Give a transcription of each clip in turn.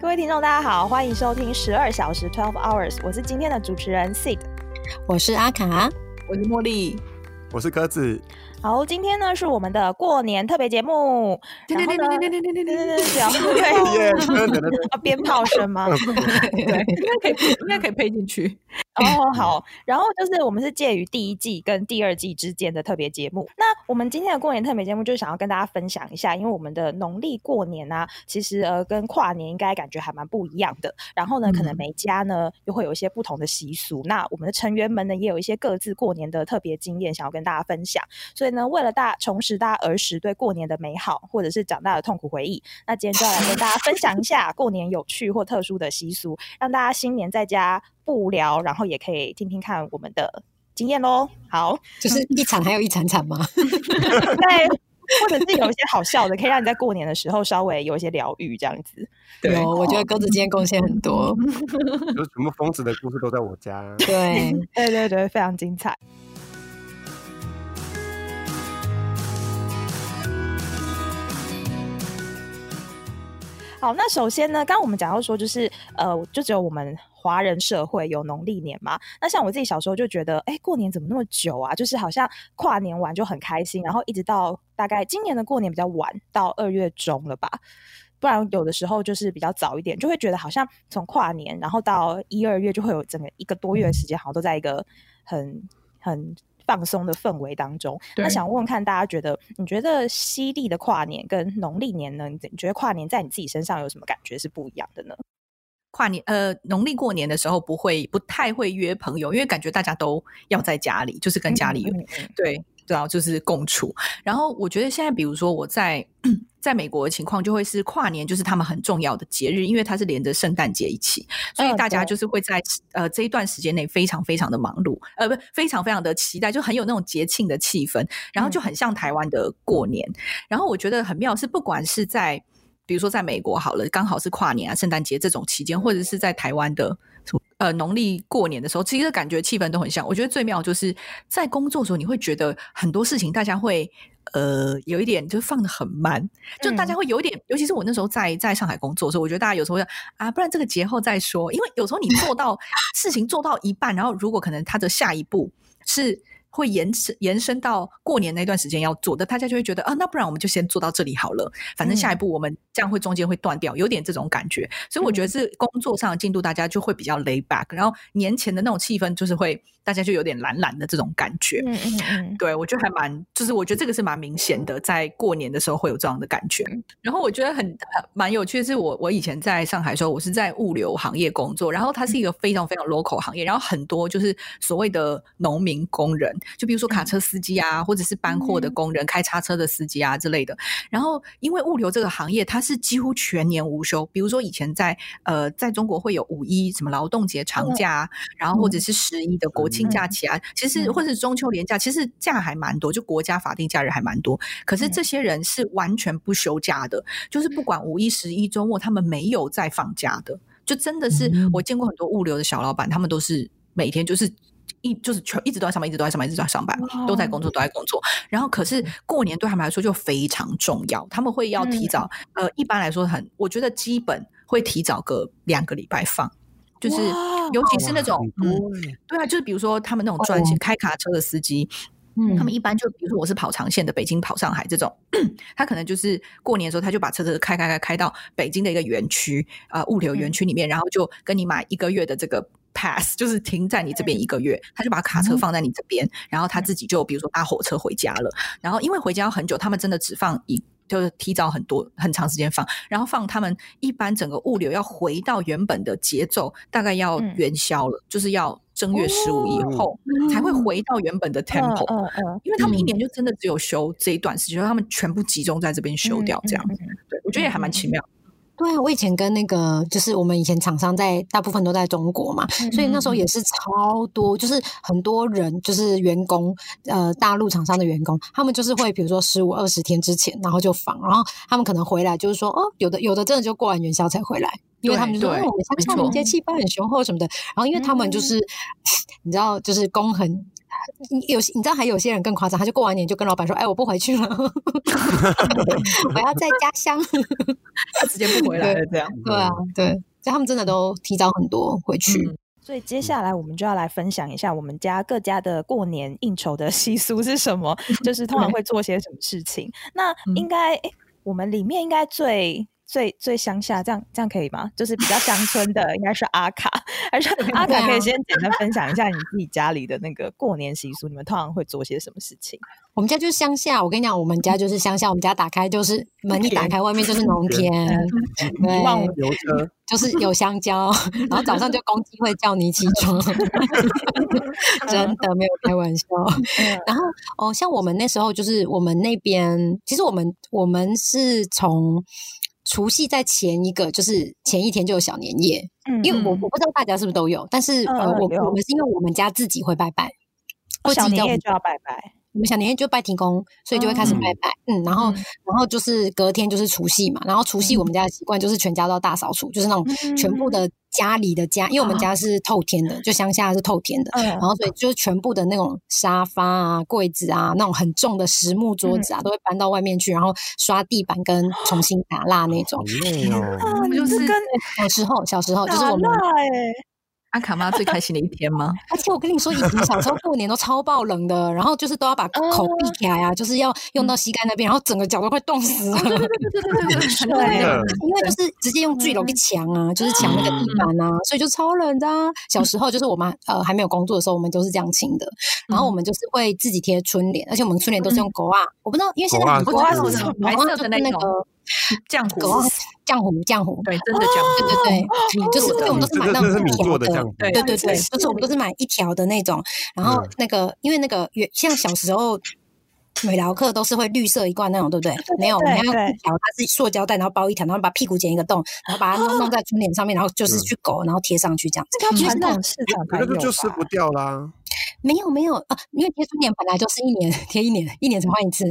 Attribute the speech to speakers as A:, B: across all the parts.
A: 各位听众，大家好，欢迎收听十二小时 （Twelve Hours），我是今天的主持人 Sid。
B: 我是阿卡，
C: 我是茉莉，
D: 我是 鸽子，
A: 好，今天呢是我们的过年特别节目，
C: 噔噔噔噔噔噔噔
A: 对
C: 噔
A: 对对，然后对，
D: 耶！真的
A: 要鞭炮声吗？
C: 噔，对，应该可以，应该可以配进去。
A: 哦，好，然后就是我们是介于第一季跟第二季之间的特别节目。那我们今天的过年特别节目就是想要跟大家分享一下，因为我们的农历过年啊，其实呃跟跨年应该感觉还蛮不一样的。然后呢，可能
C: 嗯
A: 每家呢又会有一些不同的习俗。那我们的成员们呢也有一些各自过年的特别经验，想要跟大家分享。所以呢，为了大重拾大家儿时对过年的美好，或者是长大的痛苦回忆，那今天就要来跟大家分享一下过年有趣或特殊的习俗，让大家新年在家不无聊，然后也可以听听看我们的经验喽。 好，
B: 就是
C: 嗯
B: 一场还有一场场吗？
A: 对，或者是有一些好笑的，可以让你在过年的时候稍微有一些疗愈，这样子。
C: 对哦
B: 有，我觉得鸽子今天贡献很多。
D: 就是全部疯子的故事都在我家。
B: 对，
A: 对对对，非常精彩。好，那首先呢，刚刚我们讲到说，就是呃，就只有我们华人社会有农历年嘛。那像我自己小时候就觉得，哎，过年怎么那么久啊？就是好像跨年完就很开心，然后一直到大概今年的过年比较晚，到二月中了吧。不然有的时候就是比较早一点，就会觉得好像从跨年，然后到一二月，就会有整个一个多月的时间，好像都在一个很很放松的氛围当中。那
C: 对
A: 想问问看大家，觉得你觉得西历的跨年跟农历年呢？你你觉得跨年在你自己身上有什么感觉是不一样的呢？
C: 跨年呃，农历过年的时候不会不太会约朋友，因为感觉大家都要在家里，就是跟家里有
A: 嗯嗯
C: 对，对啊，就是共处。然后我觉得现在，比如说我在 在美国的情况，就会是跨年，就是他们很重要的节日，因为它是连着圣诞节一起，所以
A: 嗯
C: 大家
A: 对
C: 就是会在、呃这一段时间内非常非常的忙碌，呃，不，非常非常的期待，就很有那种节庆的气氛，
A: 嗯
C: 然后就很像台湾的过年。然后我觉得很妙是，不管是在比如说在美国好了，刚好是跨年啊、圣诞节这种期间，或者是在台湾的什么呃农历过年的时候，其实感觉气氛都很像。我觉得最妙就是在工作的时候，你会觉得很多事情大家会呃有一点就放的很慢，就大家会有一点，尤其是我那时候在在上海工作的时候，我觉得大家有时候会啊，不然这个节后再说，因为有时候你做到事情做到一半，然后如果可能它的下一步是。会延伸延伸到过年那段时间要做的，大家就会觉得啊，那不然我们就先做到这里好了。反正下一步我们这样会中间会断掉，有点这种感觉。所以我觉得是工作上的进度，大家就会比较 lay back，然后年前的那种气氛就是会大家就有点懒懒的这种感觉。
A: 嗯嗯嗯
C: 对，我觉得还蛮，就是我觉得这个是蛮明显的，在过年的时候会有这样的感觉。然后我觉得很呃蛮有趣的是我，我以前在上海的时候，我是在物流行业工作，然后它是一个非常非常 local 行业，然后很多就是所谓的农民工人，就比如说卡车司机啊，或者是搬货的工人、开叉车的司机啊之类的。然后因为物流这个行业，它是几乎全年无休，比如说以前在呃在中国会有五一什么劳动节长假啊，然后或者是十一的国庆假期啊，其实
A: 嗯
C: 或者是中秋连假，其实假还蛮多，就国家法定假日还蛮多。可是
A: 嗯
C: 这些人是完全不休假的，就是不管五一、十一周末，他们没有在放假的。就真的是
B: 嗯
C: 我见过很多物流的小老板，他们都是每天就是一就是全一直都在上班，一直都在上班，一直都在上班，
A: 哇
C: 都在工作，都在工作。然后可是过年对他们来说就非常重要，他们会要提早，呃，一般来说很，我觉得基本会提早个两个礼拜放，就是
A: 哇
C: 尤其是那种，
D: 哇
C: 嗯，对啊，就是比如说他们那种赚钱开卡车的司机，
B: 嗯
C: 他们一般就比如说我是跑长线的，北京跑上海这种，他可能就是过年的时候他就把车子开开开开到北京的一个园区，呃，物流园区里面，然后就跟你买一个月的这个。pass 就是停在你这边一个月，他就把卡车放在你这边，然后他自己就比如说搭火车回家了。然后因为回家要很久，他们真的只放一，就是提早很多很长时间放，然后放他们一般整个物流要回到原本的节奏，大概要
A: 嗯
C: 元宵了，就是要正月十五以
D: 哦
C: 后、才会回到原本的 tempo，、
A: 嗯嗯嗯，
C: 因为他们一
B: 嗯
C: 年就真的只有休这一段时间，他们全部集中在这边休掉，这样、
A: 嗯嗯
C: 对我觉得也还蛮奇妙。
B: 对啊，我以前跟那个就是我们以前厂商在大部分都在中国嘛，
A: 嗯
B: 所以那时候也是超多，就是很多人就是员工，呃，大陆厂商的员工，他们就是会比如说十五二十天之前，然后就放，然后他们可能回来就是说，哦，有的有的真的就过完元宵才回来。因为他们就说，
C: 对
B: 哦
C: 对
B: 我们乡下
C: 没错嗯
B: 民间气氛很雄厚什么的。然后，因为他们就是，你知道，就是工很你有你知道还有些人更夸张，他就过完年就跟老板说：“哎，我不回去了， 我要在家乡。
C: 他直接不回来了，这样。”
B: 对啊，
D: 嗯
B: 对，所以他们真的都提早很多回去。
C: 嗯
A: 所以接下来我们就要来分享一下我们家各家的过年应酬的 习俗是什 么，就是通常会做些什么事情。那
D: 嗯
A: 应该、诶我们里面应该最最最乡下，这样这样可以吗？就是比较乡村的，应该是阿卡，还是阿
D: 啊
A: 卡可以先简单分享一下你自己家里的那个过年习俗，你们通常会做些什么事情？
B: 我们家就是乡下，我跟你讲，我们家就是乡下，我们家打开就是门一打
D: 田
B: 开，外面就是农田，对，
A: 忘我
D: 油车，
B: 就是有香蕉，然后早上就公鸡会叫你起床，真的没有开玩笑。然后哦，像我们那时候就是我们那边，其实我们我们是从除夕在前一个，就是前一天就有小年夜，
A: 嗯
B: 因为我我
C: 嗯
B: 不知道大家是不是都有，但是、
A: 嗯
B: 呃，我
A: 有
B: 我们是因为我们家自己会拜拜，会自
A: 小
B: 己在
A: 年
B: 我
A: 夜
B: 们
A: 就要拜拜，
B: 我们小年夜就拜天公，所以就会
A: 哦
B: 开始拜拜。嗯，然后、然后就是隔天就是除夕嘛，然后除
A: 嗯
B: 夕我们家的习惯就是全家都要大扫除，就是那种全部的家里的家，因为我们家是透天的，就乡下是啊透天的。
A: 嗯
B: 然，后，所以就是全部的那种沙发啊、柜子啊、那种很重的实木
A: 嗯
B: 桌子啊，都会搬到外面去，然后刷地板跟重新打蜡那
D: 好
B: 种。
D: 累哦。
A: 啊，你
C: 就
A: 这
C: 是
A: 跟
B: 小时候，小时候哦就是
A: 打
B: 我们，
A: 蜡欸
C: 阿卡妈最开心的一天吗？
B: 而且我跟你说，以前小时候过年都超爆冷的，然后就是都要把口
A: 哦
B: 闭起来啊，就是要用
A: 嗯
B: 到膝盖那边，然后整个脚都快冻死了。
C: 对对对 对对，很多
A: 对
C: 人
D: 嗯
B: 因为就是直接用巨楼去
C: 嗯
B: 抢啊，就是抢那个地板啊，所以就超冷的、啊。小时候就是我们呃还没有工作的时候，我们都是这样请的。然
C: 嗯
B: 后我们就是会自己贴春联，而且我们春联都是用狗啊，我不知道，因为现在很
D: 狗
B: 多
D: 啊
B: 狗啊
D: 狗啊
B: 就是
D: 是
C: 白色的
B: 就是
C: 那
B: 那
C: 种
B: 个
C: 浆糊
B: 狗啊浆糊浆糊，
C: 对，真的 浆糊
B: 对对 对，
C: 哦
B: 就是因为我们都是
D: 这
B: 买
D: 这
B: 那
D: 这是
B: 种
D: 米
B: 一条
D: 做
B: 的
D: 的酱骨，
C: 对
B: 对对对，
A: 是
B: 就是我们都是买一条的那种，然后
D: 嗯
B: 那个因为那个原像小时候。美劳课都是会绿色一罐那种，对不对？
A: 对
B: 没有，我们要
A: 对
B: 一条，它是塑胶袋，然后包一条，然后把屁股剪一个洞，然后把它弄弄在春联上面，然后就是
D: 嗯
B: 去勾，然后贴上去这样子。
A: 哦这个
B: 因为
A: 传
B: 现在
A: 统市场才
D: 那
A: 有
D: 个
A: 吧，
D: 就撕不掉啦。
B: 没有没有啊，因为贴春联本来就是一年贴一年，一年才换一次，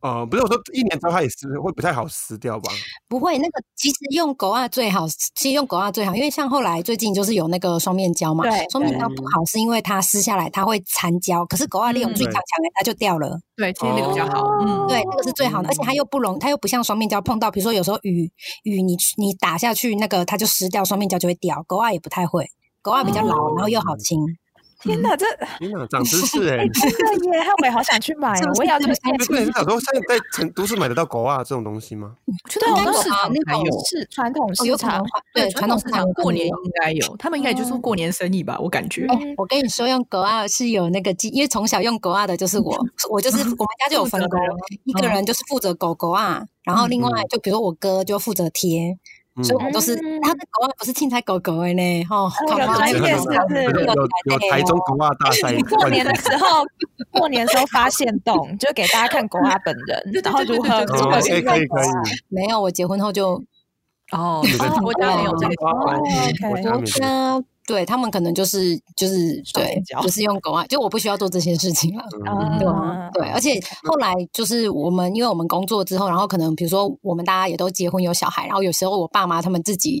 D: 哦，不是我说一年之后它也撕，会不太好撕掉吧？
B: 不会那个。其实用狗啊最好，其实用狗啊最好，因为像后来最近就是有那个双面胶嘛
A: 对，
B: 双面胶不好是因为它撕下来它会残胶，可是狗啊利用
C: 嗯
B: 最强强的它就掉了。
C: 对，其实那个比较好，
A: 哦
C: 嗯，
B: 对，那个是最好的，而且它又不容，它又不像双面胶碰到，比如说有时候雨雨你你打下去那个它就湿掉，双面胶就会掉。狗啊袜也不太会，狗啊袜比较老，然后又好清。
A: 天
D: 嗯
A: 哪，这
D: 天哪，长知 识哎！
A: 真的耶，害我也好想去买
B: 是
A: 哦
B: 不，是
A: 我也要去
B: 这么
A: 买
B: 香
D: 不是，你想说现在在成都市买得到狗啊这种东西吗？
C: 我觉
A: 对，
C: 得
A: 我
C: 好像
A: 们
C: 市场
B: 那
C: 才
B: 种
C: 有。
A: 是传统
B: 哦，
A: 市
B: 有可能
A: 场。
B: 对传统市场有可
C: 过
B: 能
C: 年
B: 有。
C: 应该有，他们应该就是过年生意吧，我感觉。
B: 哎、我跟你说，用狗袜是有那个记，因为从小用狗袜的就是我，我就是我们家就有分
C: 负责
B: 工
C: 的人，
B: 一个人就是负责狗狗啊，然后另外就比如说我哥就负责贴，
D: 嗯，
B: 所以我们都是
A: 嗯
B: 他的狗啊袜不是青菜狗狗的呢，哦，
A: 那个
B: 靠
A: 专
D: 有
A: 业
D: 有
A: 是不 是
D: 有有台中狗啊大赛，
A: 过年的时候，过年的时候发现洞，就给大家看狗阿本人，然后如何
C: 对对对对对
A: 如
D: 哦
A: 何
D: 可
A: 去
D: 以可以
A: 认狗
D: 可以
A: 啊。，
B: 没有，我结婚后就
C: 哦
D: 你的，
C: 我家没有这个习
D: 嗯
C: 惯。
B: 哦
D: 我家没有。
B: 那对他们可能就是就是
A: 双
B: 对
A: 面胶，
B: 就是用狗啊，就我不需要做这些事情了。
D: 嗯
B: 对
A: 啊
B: 啊，对，而且后来就是我们，因为我们工作之后，然后可能比如说我们大家也都结婚有小孩，然后有时候我爸妈他们自己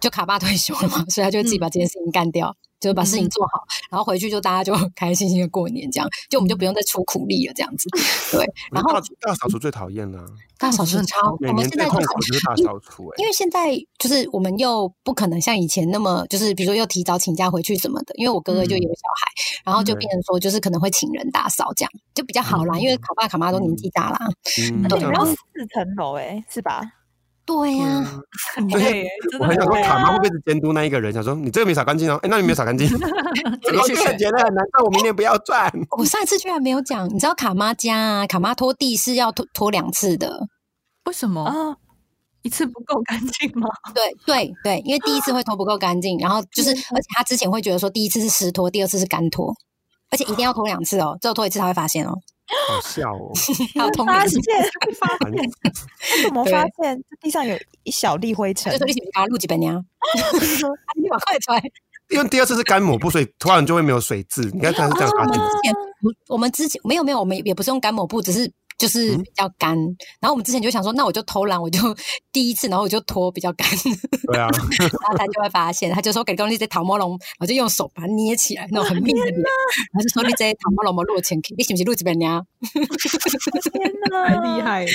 B: 就卡爸退休了嘛，所以他就自
D: 嗯
B: 己把这件事情干掉，就是把事情做好，然后回去就大家就开开心心的过年，这样就我们就不用再
D: 嗯
B: 出苦力了，这样子。对，然后
D: 大大扫除最讨厌了，
B: 大扫除超，
D: 每
B: 我们
D: 年
B: 现
D: 最
B: 在
D: 痛
B: 就是
D: 苦就是大扫除哎
B: 因。为现在就是我们又不可能像以前那么，就是比如说又提早请假回去什么的，因为我哥哥就有小孩，然后就
D: 嗯对
B: 变成说就是可能会请人打扫这样，就比较好啦，
D: 嗯
B: 因为卡爸卡妈都年纪大啦。
D: 嗯，
A: 而且
B: 对
A: 你
B: 啊
A: 们要四层楼哎，是吧？
B: 对啊呀、
C: 很累，真
D: 我
C: 的
D: 很想说
C: 累。
B: 啊
D: 卡妈会不会是监督那一个人，想说你这个没扫干净哦，哎，那你没有扫 干净，
C: 己
D: 我
C: 去
D: 这
C: 选
D: 个觉得很难赚，我明年不要赚。
B: 我上一次居然没有讲，你知道卡妈家啊，卡妈拖地是要拖拖两次的，
C: 为什么
A: 啊，
C: 一次不够干净吗？
B: 对对对，因为第一次会拖不够干净，然后就是而且他之前会觉得说第一次是湿拖，第二次是干拖。而且一定要拖两次哦，只有拖一次他会发现 哦。
D: 好 笑哦，
B: 还有拖两
A: 发
B: 次
A: 现，
D: 烦死
A: 你怎么
B: 对
A: 发现地上有一小粒灰尘
B: 就？说你起给他录几本呀？ 你把快出来！
D: 因为第二次是干抹布，所以突
B: 哦啊
D: 然就会没有水渍。你看它是这样发现的，
B: 我们之前没有没有，我们也不是用干抹布，只是就是比较干。然后我们之前就想说，那我就偷懒，我就第一次，然后我就拖比较干，
D: 对啊，
B: 然后他就会发现，他就说给公你在桃毛龙，我就用手把它捏起来，那种很密的脸，然后就说你在桃毛龙毛落钱，你是不是录这边呀？
A: 天哪，
C: 太厉！ 害了。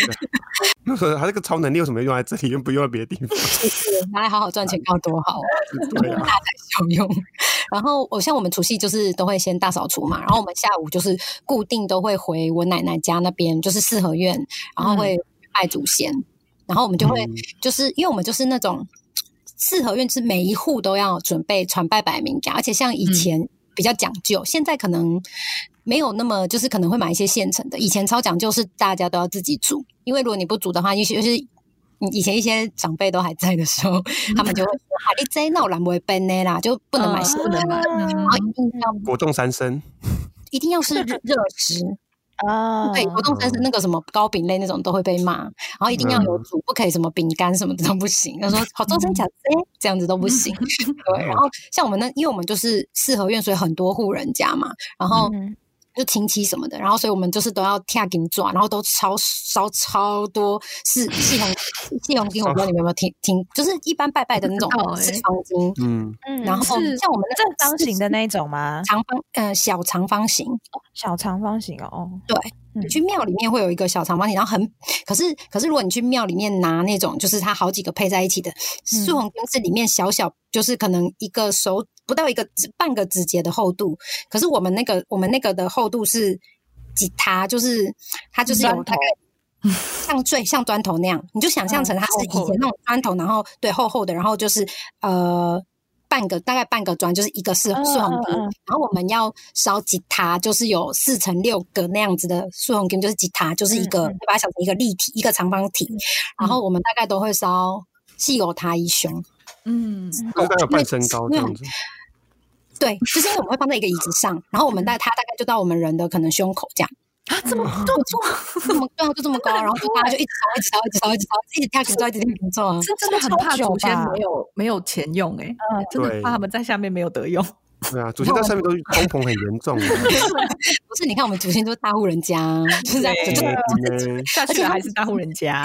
D: 那时候他这个超能力为什么要用在这里，又不用在别的地方？
B: 拿来好好赚钱，要多好啊！
D: 对啊，
B: 效用。然后我像我们除夕就是都会先大扫除嘛，然后我们下午就是固定都会回我奶奶家那边，就是四合院，然后会拜祖先，然后我们就会
D: 嗯
B: 就是因为我们就是那种四合院，是每一户都要准备传拜百名家，而且像以
C: 嗯
B: 前比较讲究，现在可能没有那么就是可能会买一些现成的，以前超讲究是大家都要自己煮，因为如果你不煮的话，尤其就是你以前一些长辈都还在的时
C: 嗯
B: 候，他们就会说：“啊，你这那我懒不会笨的啦，就不能买新
C: 嗯
B: 的，
C: 不能买
B: 然后一定要
D: 果冻三生，
B: 一定要是热热食，
A: 啊，
B: 对，活动三是那个什么糕饼类那种都会被骂，然后一定要
A: 嗯
B: 有煮，不可以什么饼干什么的都不行。他说好中生假哎，这样子都 不行。对，然后像我们那，因为我们就是四合院，所以很多户人家嘛，然后
A: 嗯
B: 就亲戚什么的，然后所以我们就是都要跳给你抓，然后都超烧超多是 系红系红金，我不知道你们有没有
A: 哦
B: 听听，就是一般拜拜的那种
C: 不知道欸
B: 四方金，
D: 嗯，
A: 嗯
B: 然后像我
C: 是
B: 们那
A: 正方形的
B: 那
A: 那一种吗？
B: 长方呃小长方形，
A: 小长方形哦哦，嗯
B: 你去庙里面会有一个小长方体，然后很可是可是如果你去庙里面拿那种，就是它好几个配在一起的
A: 嗯
B: 素红金是里面小小，就是可能一个手不到一个指半个指节的厚度，可是我们那个我们那个的厚度是几它就是它就是
A: 砖
B: 有
A: 头嗯
B: 大概。 像最像砖头那样，你就想象成它是以
A: 厚厚的
B: 前那种砖头，然后对厚厚的，然后就是呃半个大概半个砖，就是一个是
A: 嗯
B: 素红金，
A: 嗯嗯
B: 然后我们要烧吉他，就是有四乘六个那样子的素红金，就是吉他，就是一个、
A: 嗯嗯
B: 把它想成一个立体，一个长方体，然后我们大概都会烧细有它一胸，
C: 嗯，
B: 哦
D: 就是大概有半身高
B: 嗯
D: 这样子，
B: 对，就是因为我们会放在一个椅子上，然后我们大它大概就到我们人的可能胸口这样，
C: 啊，这么
B: 这么重，这么对啊，就这么高，然后就大家就一直烧，一直烧，一直烧，一直烧，一直跳给你做，一直跳给你做啊。
C: 真的很
A: 超
C: 怕
A: 久
C: 祖先
A: 吧
C: 没有没有钱用哎、
A: 嗯
C: 真的
D: 对
C: 很怕他们在下面没有得用。
D: 对啊，祖先在上面都是通膨很严 重的，
B: 不是，你看我们祖先都是大户人家，就是这样子，就
C: 对
D: 嗯
B: 啊
C: 下去了还是大户人家，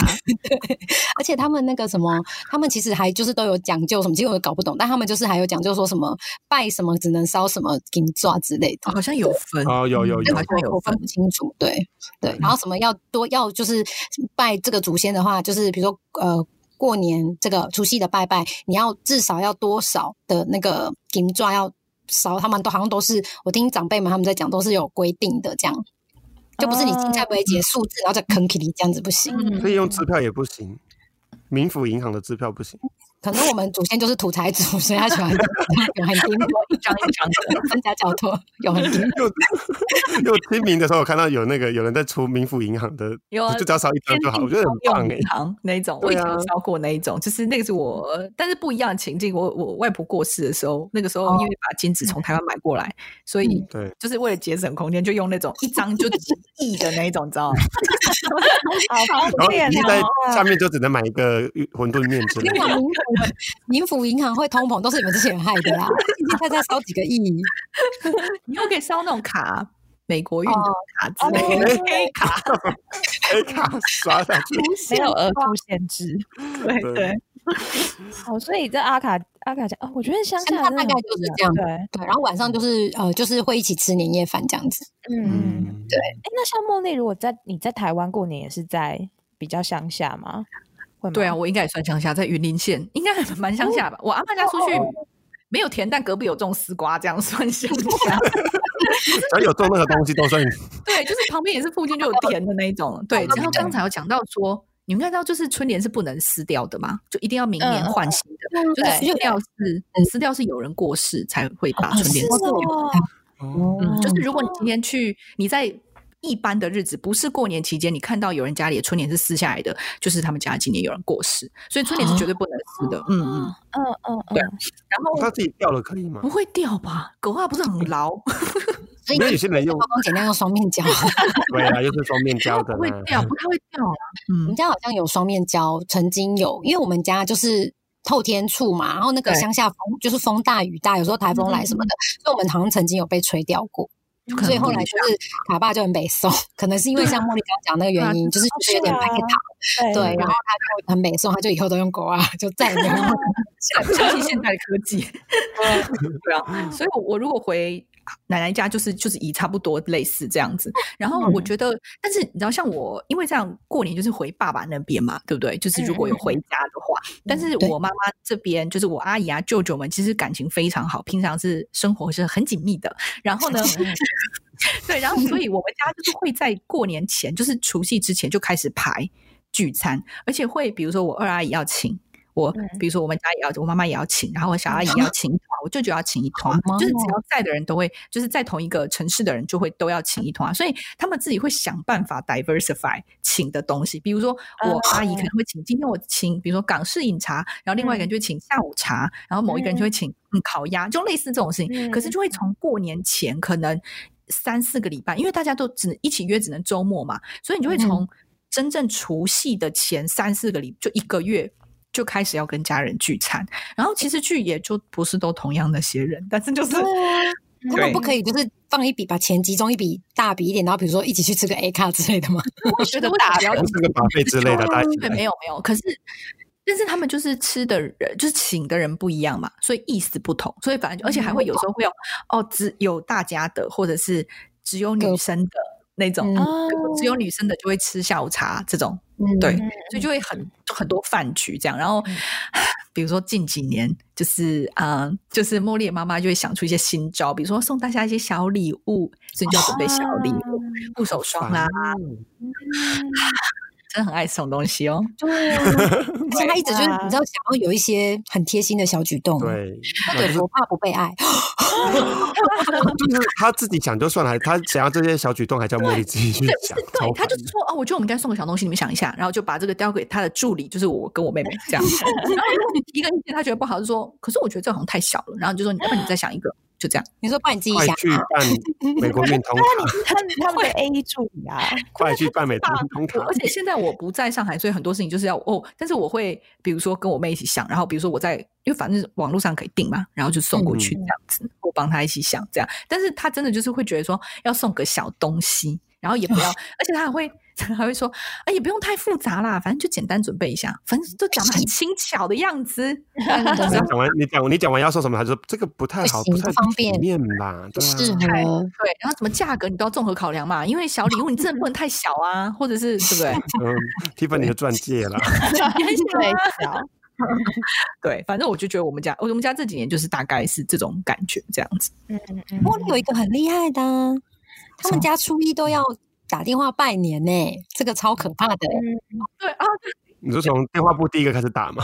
B: 而且他们那个什么，他们其实还就是都有讲究什么，其实我也搞不懂，但他们就是还有讲究说什么拜什么只能烧什么金抓之类的。
C: 好像有分
D: 哦有有有
C: 好像有
B: 我分
C: 分嗯
B: 不清楚，对对。然后什么要多要就是拜这个祖先的话，就是比如说呃过年这个除夕的拜拜，你要至少要多少的那个金抓要烧，他们都好像都是我听长辈们他们在讲都是有规定的这样。就不是你
C: 哦
B: 金价不会结数字，然后再坑 k 里这样子不行。
C: 嗯
D: 可以用支票也不行，民府银行的支票不行，
B: 可能我们祖先就是土财主，所以他喜 欢有很低落，
C: 一张一张的。
B: 分家教托，有很 低落。
D: 因为我清明的时候，我看到有那个有人在出民府银行的，
C: 有啊
D: 就只要少一张就好，我觉得很棒啊哎
C: 天地。堂那一种，我以前有烧过那一种，就是那个是我，但是不一样的情境。我我外婆过世的时候，那个时候因为把金子从台湾买过来，所以
B: 嗯
D: 对，
C: 就是为了节省空间，就用那种一张就几亿的那一种，你知 道吗？
A: 好
D: 然
A: 方
C: 啊
D: 后
A: 便
D: 你在
A: 哦，
D: 下面就只能买一个馄饨面之
B: 因
D: 类
B: 为
D: 的，
B: 民府民府银行会通膨，都是你们这些人害的啦！现在才烧几个亿，
C: 以后可以烧那种卡，美国运通卡之
A: 哦
C: 类的
D: 哦
C: 黑卡，
D: 黑卡哎刷下去，
A: 没有啊额度限制
C: 呃对
D: 对
C: 对，
A: 哦，所以这阿卡阿卡讲哦，我觉得乡
B: 乡
A: 下
B: 下
A: 真的
B: 大概
A: 很
B: 就是
A: 不一
B: 这样
A: 对，
B: 对。然后晚上就是呃，就是会一起吃年夜饭这样子。
A: 嗯，哎，
D: 嗯，
A: 那像茉莉，如果在你在台湾过年也是在比较乡下吗？会吗哦
C: 对啊，，我应该也算乡下，在云林县，应该还蛮乡下吧。我阿妈家出去没有田，但隔壁有种丝瓜，这样算 乡下。
D: 只要有种那个东西 都算
C: 对，就是旁边也是附近就有田的那一
A: 哦
C: 种。对，然后刚才有讲到说，你们应该知道，就是春联是不能撕掉的嘛，就一定要明
A: 嗯
C: 年
A: 嗯
C: 换新的。
B: 就
C: 就是
A: 对哦
B: 是
C: 撕掉是撕掉是有人过世才会把春联
A: 是
C: 撕掉。
A: 哦，
C: 嗯，就是如果你今天去，你在一般的日子，不是过年期间，你看到有人家里的春联是撕下来的，就是他们家今年有人过世，所以春联是绝
A: 哦
C: 对不能撕的。嗯嗯，
A: 嗯嗯嗯
C: 对，然后
D: 他自己掉了可以吗
C: 不？会掉吧？狗啊不是很牢，
B: 所以
D: 没有有些人用
B: 包工简单用双面胶，
D: 对啊，又是双面胶的
C: 不会
D: 啦，
C: 掉，不太会掉啦。
B: 我
C: 嗯
B: 们，家好像有双面胶，曾经有，因为我们家就是。透天处嘛，然后那个
C: 对
A: 嗯
B: 乡下风就是风大雨大，有时候台风来什么的，所以我们好像曾经有被吹掉过。
C: 就可能
B: 所以后
C: 不
B: 来
C: 一
B: 就
C: 样
B: 是卡爸就很北宋，可能是因为像茉莉刚讲那个
C: 对啊
B: 原因，就是
A: 哦
B: 觉得有点
A: 是啊
B: 排他，对，
A: 对，
B: 然后他就很北宋，他就以后都用狗啊，就再也没有用
C: 不相信现代的科技。 对啊，所以我，我如果回奶奶家，就是就是以差不多类似这样子。然后我觉得，但是你知道，像我因为这样过年就是回爸爸那边嘛，对不对？就是如果有回家的话，但是
B: 对
C: 我妈妈这边就是我阿姨啊、舅舅们，其实感情非常好，平常是生活是很紧密的。然后呢， 对，然后所以我们家就是会在过年前，就是除夕之前就开始排聚餐，而且会比如说我二阿姨要请。我
A: 嗯
C: 比如说我们家也要，我妈妈也要请，然后我小阿姨要请一团，我舅舅要请一团，
B: 忙
C: 就是只
B: 哦
C: 要在的人都会，就是在同一个城市的人就会都要请一团，所以他们自己会想办法 diversify 请的东西，比如说
A: 嗯
C: 我阿姨可
A: 哦
C: 能会请，今天我请比如说港式饮茶，然后另
A: 嗯
C: 外一个人就会请下午茶，然后某一个人就会请嗯烤鸭，就类似这种事情，可
A: 嗯
C: 是就会从过年前可能三四个礼拜，因为大家都只能一起约，只能周末嘛，所以你就
B: 嗯
C: 会从真正除夕的前三四个礼，就一个月就开始要跟家人聚餐。然后其实聚也就不是都同样那些人，但是就是
B: 他们不可以就是放一笔，把钱集中一笔大笔一点，然后比如说一起去吃个 A 卡之类的吗？
C: 我觉得大家
D: 然后是个把费之类的，大家一起
C: 对，
D: 来
C: 没有没有，可是。但是他们就是吃的人，就是请的人不一样嘛，所以意思不同，所以反正就而且还会有时候会有哦，只有大家的，或者是只有女
B: 各
C: 生的那种，
B: 嗯
A: 哦
C: 只有女生的就会吃下午茶这种，
B: 嗯
C: 对，所以就会
D: 嗯
C: 很就很多饭局这样。然后，比如说近几年，就是啊、呃就是茉莉的妈妈就会想出一些新招，比如说送大家一些小礼物，所以你就要准备小
A: 啊
C: 礼物，
D: 哦
C: 护手霜啊，真的很爱送东西哦。
A: 对啊，
B: 而且他一直就是
A: 对啊
B: 你知道想要有一些很贴心的小举动，，
D: 对，
B: 对，我怕不被爱，
D: 就是他自己想就算了，他想要这些小举动还叫茉莉自己去
C: 对，不是
D: 想，超
C: 对，他就
D: 烦
C: 是说哦，我觉得我们应该送个小东西，你们想一下，然后就把这个交给他的助理，就是我跟我妹妹这样。 然后如果你提一个意见，他觉得不好，就说，可是我觉得这好像太小了，然后你就说，要不然你再想一个，就这样。
B: 你说怕你自己
D: 快
B: 想，
D: 去办美国运通
A: 那你
D: 卡，
A: 是他们他们的 A 助理啊，
D: 快去办美国运通
C: 我
D: 卡
C: 而， 且现在我不在上海，所以很多事情就是要哦，但是我会比如说跟我妹一起想，然后比如说我在，因为反正网络上可以订嘛，然后就送过去这样子，我帮她一起想这样。但是她真的就是会觉得说要送个小东西，然后也 不要，而且她还会还会说，哎，也不用太复杂啦，反正就简单准备一下，反正都讲的很轻巧的样 子。
D: 你讲完，你讲你讲完要说什么？他说这个不太好，
B: 不行
D: 不太
B: 不方便
D: 体面 啦，
B: 不
D: 对啊
B: 适
C: 对
B: 合。
C: 对，然后什么价格你都要综合考量嘛，因为小礼物你真的不能太小啊，或者是对不对？
D: 嗯，Tiffany 的钻戒啦，
A: 对，小
C: 对，反正我就觉得我们家，我们家这几年就是大概是这种感觉这样子。
A: 嗯嗯嗯
B: 茉莉有一个很厉害的啊、他们家初一都要打电话拜年呢、这个超可怕的、
C: 对啊，
D: 你就从电话簿第一个开始打嘛，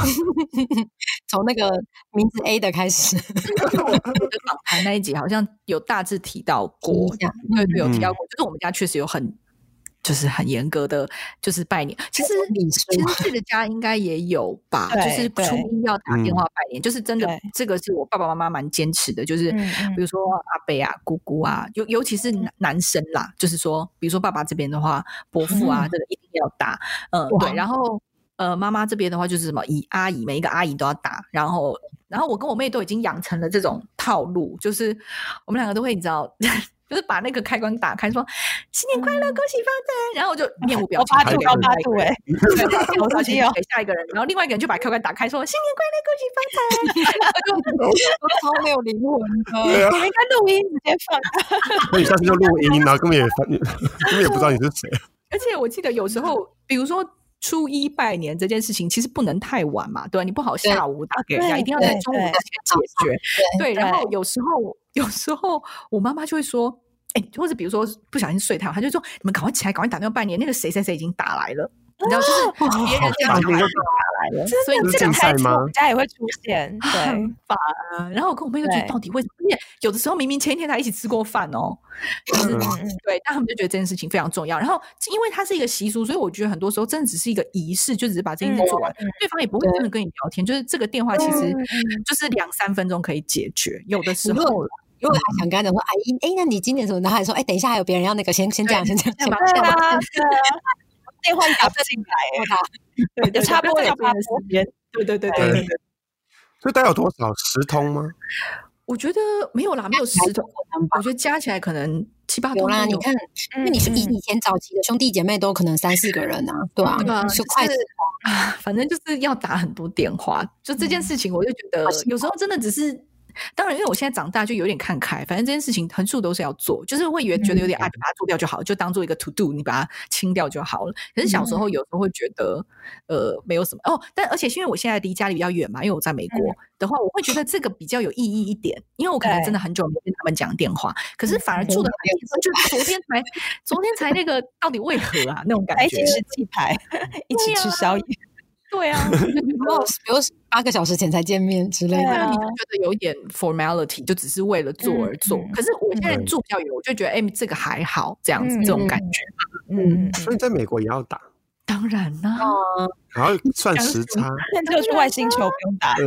B: 从那个名字 A 的开始，
C: 我的访谈那一集好像有大致提到
B: 提一
C: 过，
B: 下
C: 对对，有提
D: 嗯
C: 到过，就是我们家确实有很。就是很严格的，就是拜年。其实
B: 礼数
C: 其实自己的家应该也有吧，就
A: 对
C: 是
A: 对
C: 初一要打电
D: 嗯
C: 话拜年，就是真的
A: 对，
C: 这个是我爸爸妈妈蛮坚持的，就是
A: 嗯嗯
C: 比如说阿伯啊、姑姑啊，尤尤其是男男生啦，就是说，比如说爸爸这边的话，伯父啊，这个一定要打，嗯，
B: 哇
C: 对，然后呃，妈妈这边的话就是什么姨阿姨，每一个阿姨都要打，然后然后我跟我妹都已经养成了这种套路，就是我们两个都会你知道， 就是把那个开关打开，说新年快乐，恭喜发财，然后我就面无表
A: 我
C: 情
A: 八
C: 推
A: 度
C: 给
A: 高
C: 另
A: 八
C: 外一个
A: 度
C: 人
A: 哎，
C: 对，
A: 好
C: 我
A: 刺
C: 拿
A: 激
C: 去
A: 哦
C: 给下一个人，然后另外一个人就把开关打开，说新年快乐，恭喜发财， 我就
B: 超没有灵魂
D: 对
B: 的。
D: 啊，
A: 你们应该录音直接 放，
D: 那你下次就录音，然后根本 也根本也不知道你是谁，
C: 而且我记得有时候，比如说初一拜年这件事情，其实不能太晚嘛，对吧？你不好下午打给人家，
A: 对
C: 一定要在
A: 对
C: 中午之
A: 对
C: 前解决。对，然
A: 对
C: 后有时候，有时候我妈妈就会说。哎、或者比如说不小心睡太晚，她就说：“你们赶快起来，赶快打电话拜年，那个谁谁谁已经打来了，你知道，就是别人家
D: 好
C: 小
D: 烦
C: 孩
D: 哦
C: 打来了，所以
D: 这
A: 这
D: 是
A: 个
D: 竞赛
A: 台词
D: 吗嗯
A: 我们家也会出 现，对
C: 很。烦啊。然后我跟我妹就觉得
A: 对
C: 到底为什么？因为有的时候明明前一天才一起吃过饭哦，就是
A: 嗯嗯
C: 对，但他们就觉得这件事情非常重要。然后因为它是一个习俗，所以我觉得很多时候真的只是一个仪式，就只是把这件事情做完，对方也不会真的跟你聊天。就是这个电话其实
A: 嗯嗯
C: 就是两三分钟可以解决，有的时
B: 你如
C: 候
B: 果
C: 啦。
B: 如果还想跟他讲说，哎，哎，那你今年什么？然后还说，哎，等一下还有别人要那个，先先这样，先这样，
C: 对
B: 先
C: 吧
A: 对啊，对啊，电话一打不进来，
B: 打。
C: 对
A: 也差不多
C: 要
A: 要
C: 八
A: 八
C: 的
A: 分
C: 时间。对对对对对对，
D: 所以大概有多少十通吗？
C: 我觉得没有啦，没有十通，我觉得加起来可能七八
B: 有
C: 栋
B: 啦，
C: 都
B: 你看，因为你是
A: 嗯
B: 以以前早期的兄弟姐妹都可能三四个人啊，对啊，
C: 对啊
B: 就
C: 就
B: 快
C: 是啊，反正就是要打很多电话。就这件事情，我就觉
B: 嗯
C: 得
B: 好辛苦
C: 有时候真的只是，当然，因为我现在长大就有点看开，反正这件事情横竖都是要做，就是会觉觉得有
B: 嗯
C: 点啊，就把它做掉就好，就当做一个 to do，你把它清掉就好了。可是小时候
B: 嗯
C: 有时候会觉得，呃，没有什么哦。但而且是因为我现在离家里比较远嘛，因为我在美
B: 嗯
C: 国的话，我会觉得这个比较有意义一点，因为我可能
A: 对
C: 真的很久没跟他们讲电话，可是反而
B: 嗯
C: 住的很近，就昨天才昨天才那个到底为何啊那种感
B: 哎
A: 在一
C: 觉
A: 起。 吃鸡 排，一起吃宵夜，
C: 对啊，我就觉得
B: 然后比如八个小时前才见面之类
A: 对
B: 的
A: 啊。
C: 那你就觉得有一点 formality，就只是为了做而做。
A: 嗯嗯
C: 可是我现在
D: 嗯
C: 住比较远，我就觉得哎、这个还好，这样子、
A: 嗯
C: 这种感觉。
A: 嗯，嗯嗯
D: 所以在美国也要打，
C: 当然啦、
D: 然 后算时差，
A: 但只有去外星球不用打，
D: 对，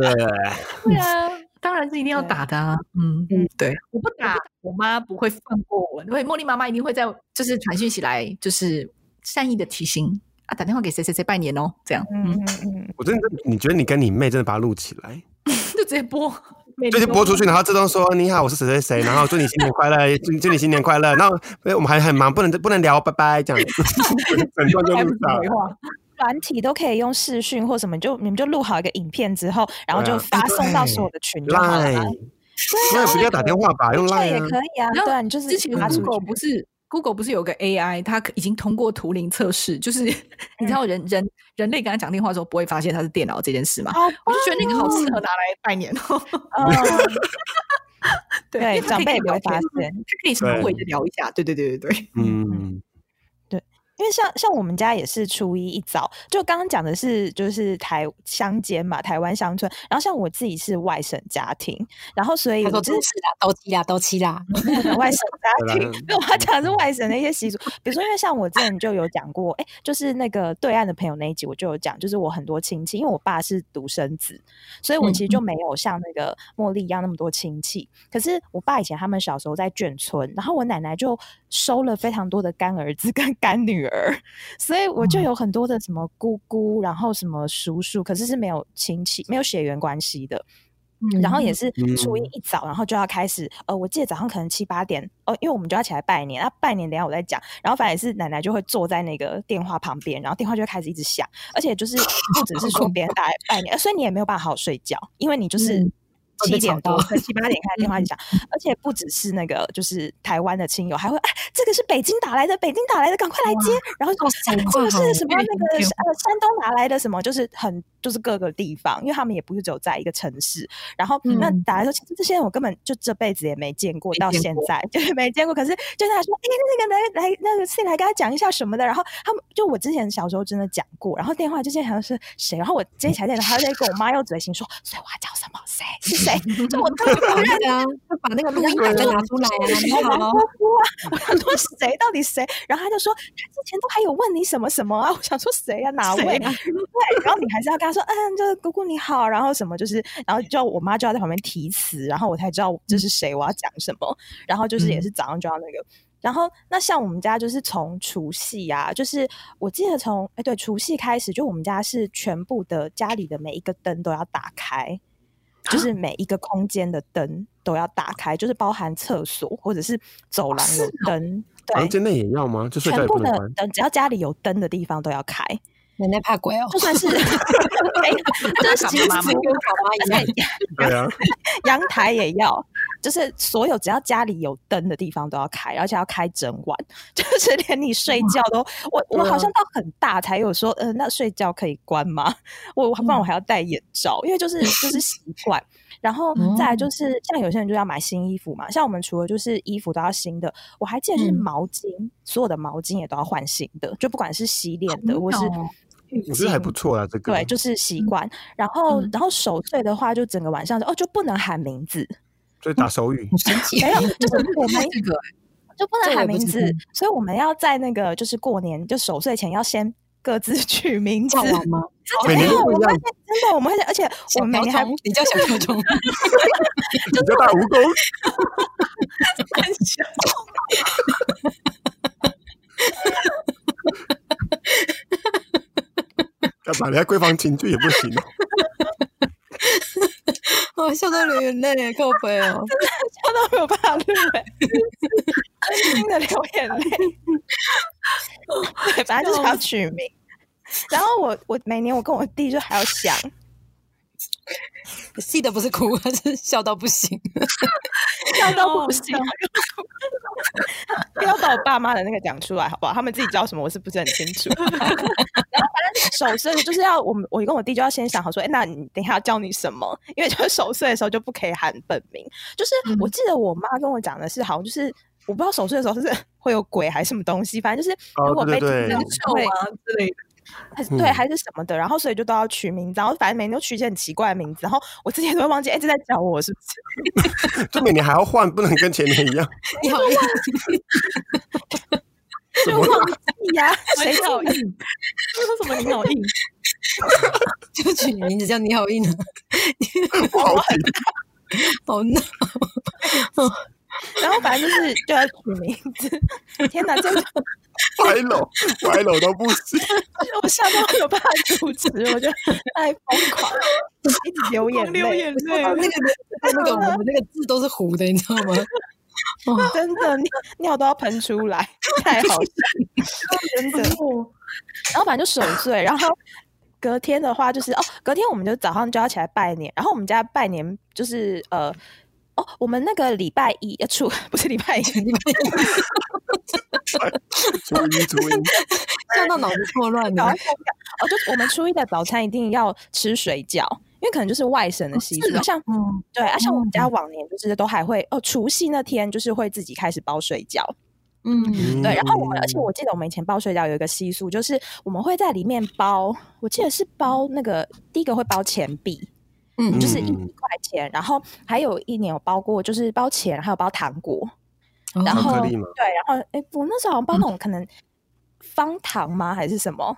C: 对啊，当然是一定要打的啊。嗯
A: 嗯
C: 嗯，对，我不打，我妈不会放过我。对，茉莉妈妈一定会在就是传讯息来，就是善意的提醒啊，打电话给谁谁谁拜年哦，这样，
A: 嗯
C: 嗯，
A: 嗯嗯，
D: 我真的，你觉得你跟你妹真的把它录起来，
C: 就直接 播。每
D: 就是
C: 周
D: 播出去，然后自动说你好，我是谁谁谁，然后祝你新年 快乐，祝祝你新年快乐。然后哎我们还很忙，不能 不能聊，拜拜，这样子，整段就
C: 还不
D: 录
C: 是
D: 上
C: 回。话。
A: 啊软体都可以用视讯或什么，就你们就录好一个影片之后，然后
D: 对
A: 就
D: 啊
A: 发送到所有的群就好了嘛。
D: Line，
A: 啊
D: 那也不一定要打电话吧，用
A: 这
D: Line
A: 也
D: 啊。
A: 可以啊，
C: 然后
A: 对啊，你就是
C: 之前
A: 发出
C: Google 不是 Google 不是有个 AI，它可已经通过图灵测试，就是 你知道人、人人类跟他讲电话的时候不会发现它是电脑这件事嘛？
A: 哦，
C: 我就觉得那个好适合拿来拜年哦，
A: 嗯，
C: 因为
A: 对，
C: 它
A: 长
C: 可以
A: 辈
C: 跟
A: 不会
C: 你聊
A: 发
C: 天
A: 现。
C: 它可以稍微的聊一下，对对对对对，
D: 嗯，
A: 因为像像我们家也是初一一早，就刚刚讲的是就是台乡间嘛，台湾乡村。然后像我自己是外省家庭，然后所以
B: 他
A: 我
B: 说
A: 就
B: 都
A: 是
B: 是啦，都七啦，都七啦。
A: 外省家
D: 对
A: 庭
D: 啦，
A: 没 有他讲的是外省的一些习俗，比如说因为像我之前就有讲过，哎、就是那个对岸的朋友那一集我就有讲，就是我很多亲戚，因为我爸是独生子，所以我其实
D: 嗯
A: 就没有像那个茉莉一样那么多亲戚。可是我爸以前他们小时候在眷村，然后我奶奶就收了非常多的干儿子跟干女儿， 所以
D: 哦
A: 我就有很多的什么姑姑，然后什么叔叔，可是是没有亲戚、没有血缘关系的。嗯
B: 嗯
A: 然后也是初一
D: 嗯
A: 一早，然后就要开始，呃，我记得早上可能七八点，哦，因为我们就要起来拜年，那拜年等一下我再讲，然后反正也是奶奶就会坐在那个电话旁边，然后电话就会开始一直响，而且 就是不只是说别人打来拜年，呃所以你也没有办法好好睡觉，因为你就是
B: 嗯会
A: 七
B: 被
A: 点
B: 吵嗯
A: 多
B: 到
A: 对七八点开始电话就响，而且不只是那个就是台湾的亲友，还会哎这个是北京打来的，北京打来的，赶快来接，然后就
B: 哇塞
A: 哎这
B: 哇
A: 个
B: 好
A: 是什么
C: 越
A: 那个
C: 越
A: 是呃山东哪来的什么，就是很就是各个地方，因为他们也不是只有在一个城市。然后那
B: 嗯
A: 打来说，其实这些人我根本就这辈子也没见过，
C: 没
A: 到
C: 见
A: 现
C: 过
A: 在 就是没见过。可是就是他说，哎、那个来来那个谁来跟他讲一下什么的。然后他们就我之前小时候真的讲过，然后电话之前好像是谁，然后我接起来电话，他在跟我妈用嘴型说， 所以我要叫什么谁是谁， 就我根本
B: 把
A: 不认
B: 那个啊，就把那个录音档再拿出 来啊！你
A: 然后我
B: 好
A: 姑，姑啊，我想说谁 到底谁？然后他就说他之前都还有问你什么什么啊， 我想说谁啊哪位？
C: 谁
A: 啊、对，然后你还是要跟他说，嗯，就是姑姑你好，然后什么就是，然后就我妈就要在旁边提词，然后我才知道这是谁，我要讲什么，然后就是也是早上就要那个。然后，那像我们家就是从除夕啊，就是我记得从哎对除夕开始，就我们家是全部的家里的每一个灯都要打开，就是每一个空间的灯都要打开，就是包含厕所或者是走廊有灯，
D: 房
A: 对，
D: 间啊内也要吗？就睡觉
A: 全
D: 也
A: 部
D: 不能
A: 的
D: 关。
A: 灯只要家里有灯的地方都要开，
B: 奶奶怕鬼哦，
A: 就算是哎没有，就是习
C: 妈
A: 俗
C: 妈
B: 跟我爸妈一样。
D: 对啊，
A: 阳台也要，就是所有只要家里有灯的地方都要开，而且要开整晚， 就是连你睡觉都，我我好像到很大才有说，呃，那睡觉可以关吗？ 我我不然我还要戴眼罩，因为就是就是习惯。然后再来就是像有些人就要买新衣服嘛，像我们除了就是衣服都要新的，我还记得就是
B: 嗯
A: 毛巾，所有的毛巾也都要换新的，就不管是洗脸的
C: 好
A: 或是
C: 妙哦
A: 浴
D: 我觉得还
A: 巾
D: 不错啊，这个
A: 对，就是习惯。然后，然后守岁的话，就整个晚上就哦，就不能喊名字，
D: 所以打 手语
B: 很神奇，
A: 没有，就是我们
C: 这个
A: 就不
B: 这
A: 能
B: 我
A: 喊
B: 不
A: 名
B: 知
A: 字
B: 道，
A: 所以我们要在那个就是过年就守岁前要先各自 取名字
B: 好。 玩吗？
D: 每
A: 没
D: 年
A: 有，
D: 都不
A: 我
D: 一
A: 们会，
D: 样
A: 真的我们会，而且我们每年还
B: 小瓢虫你叫小瓢 虫，
D: 你就打蜈蚣，
C: 很小，
D: 要把人家闺房情趣也不 行哦。
B: 我笑到流眼泪，靠北哦。
A: 笑到没有办法录、欸，听的流眼泪。对，反正就是要取名。然后我我每年我跟我弟就还要想，
B: 气的不是哭，而是笑到不行。
A: 笑到不 行，不要把我爸妈的那个讲出来，好不好？他们自己知道什么，我是不是很清楚？ 然后反正守岁就是要我们，我跟我弟就要先想好说，哎、那你等一下要叫你什么？因为就是守岁的时候就不可以喊本名。就是我记得我妈跟我讲的是，好像就是我不知道守岁的时候是不是会有鬼还是什么东西，反正就是
D: 哦
A: 如果被听
D: 对对
A: 到
D: 对
C: 臭
A: 会
C: 啊之类的。
A: 还是对
D: 嗯
A: 还是什么的，然后所以就都要取名字，然后反正每年都取一些很奇怪的名字，然后我自己也都会忘记，哎、这在叫我是不是？
D: 就每年还要换，不能跟前年一 样。
B: 你好厉害，
A: 就忘记呀、 谁
C: 你
A: 叫
C: 好硬？说什么你好硬？
B: 就取你名字叫你好硬啊，
D: 好奇
B: 好闹。
A: 然后反正就是就要取名字。天哪，这个
D: 歪楼，歪楼都不行。
A: 我下班没有办法主持，我觉得太疯狂，一直流眼
C: 流
A: 泪
C: 眼，泪
B: 那，个那个我们那个字都是糊的，你知道吗？
A: 真的尿尿都要喷出来，太好 笑了，真 的。
C: 哦
A: 然后反正就守岁，然后隔天的话就是哦，隔天我们就早上就要起来拜年，然后我们家拜年就是呃。哦，我们那个礼拜一呃初 不是礼拜一，
D: 初一初一，
B: 笑到脑子错乱
A: 搞
B: 了
A: 完。哦，就是我们初一的早餐一定要吃水饺，因为可能就是外省的习
C: 是
A: 俗，
C: 哦
A: 像
B: 嗯，
A: 对啊，像我们家往年就是都还会哦，除夕那天就是会自己开始包水饺，
B: 嗯，
A: 对，然后我们而且我记得我们以前包水饺有一个习俗，就是我们会在里面包，我记得是包那个第一个会包钱币，
B: 嗯
A: 就是一
D: 嗯
A: 块钱，然后还有一年有包过就是包钱，还有包糖果，然
D: 巧
A: 后
D: 克
A: 对，
D: 力嘛，
A: 然后哎，我那时候好像包那种可能方糖吗还是什么，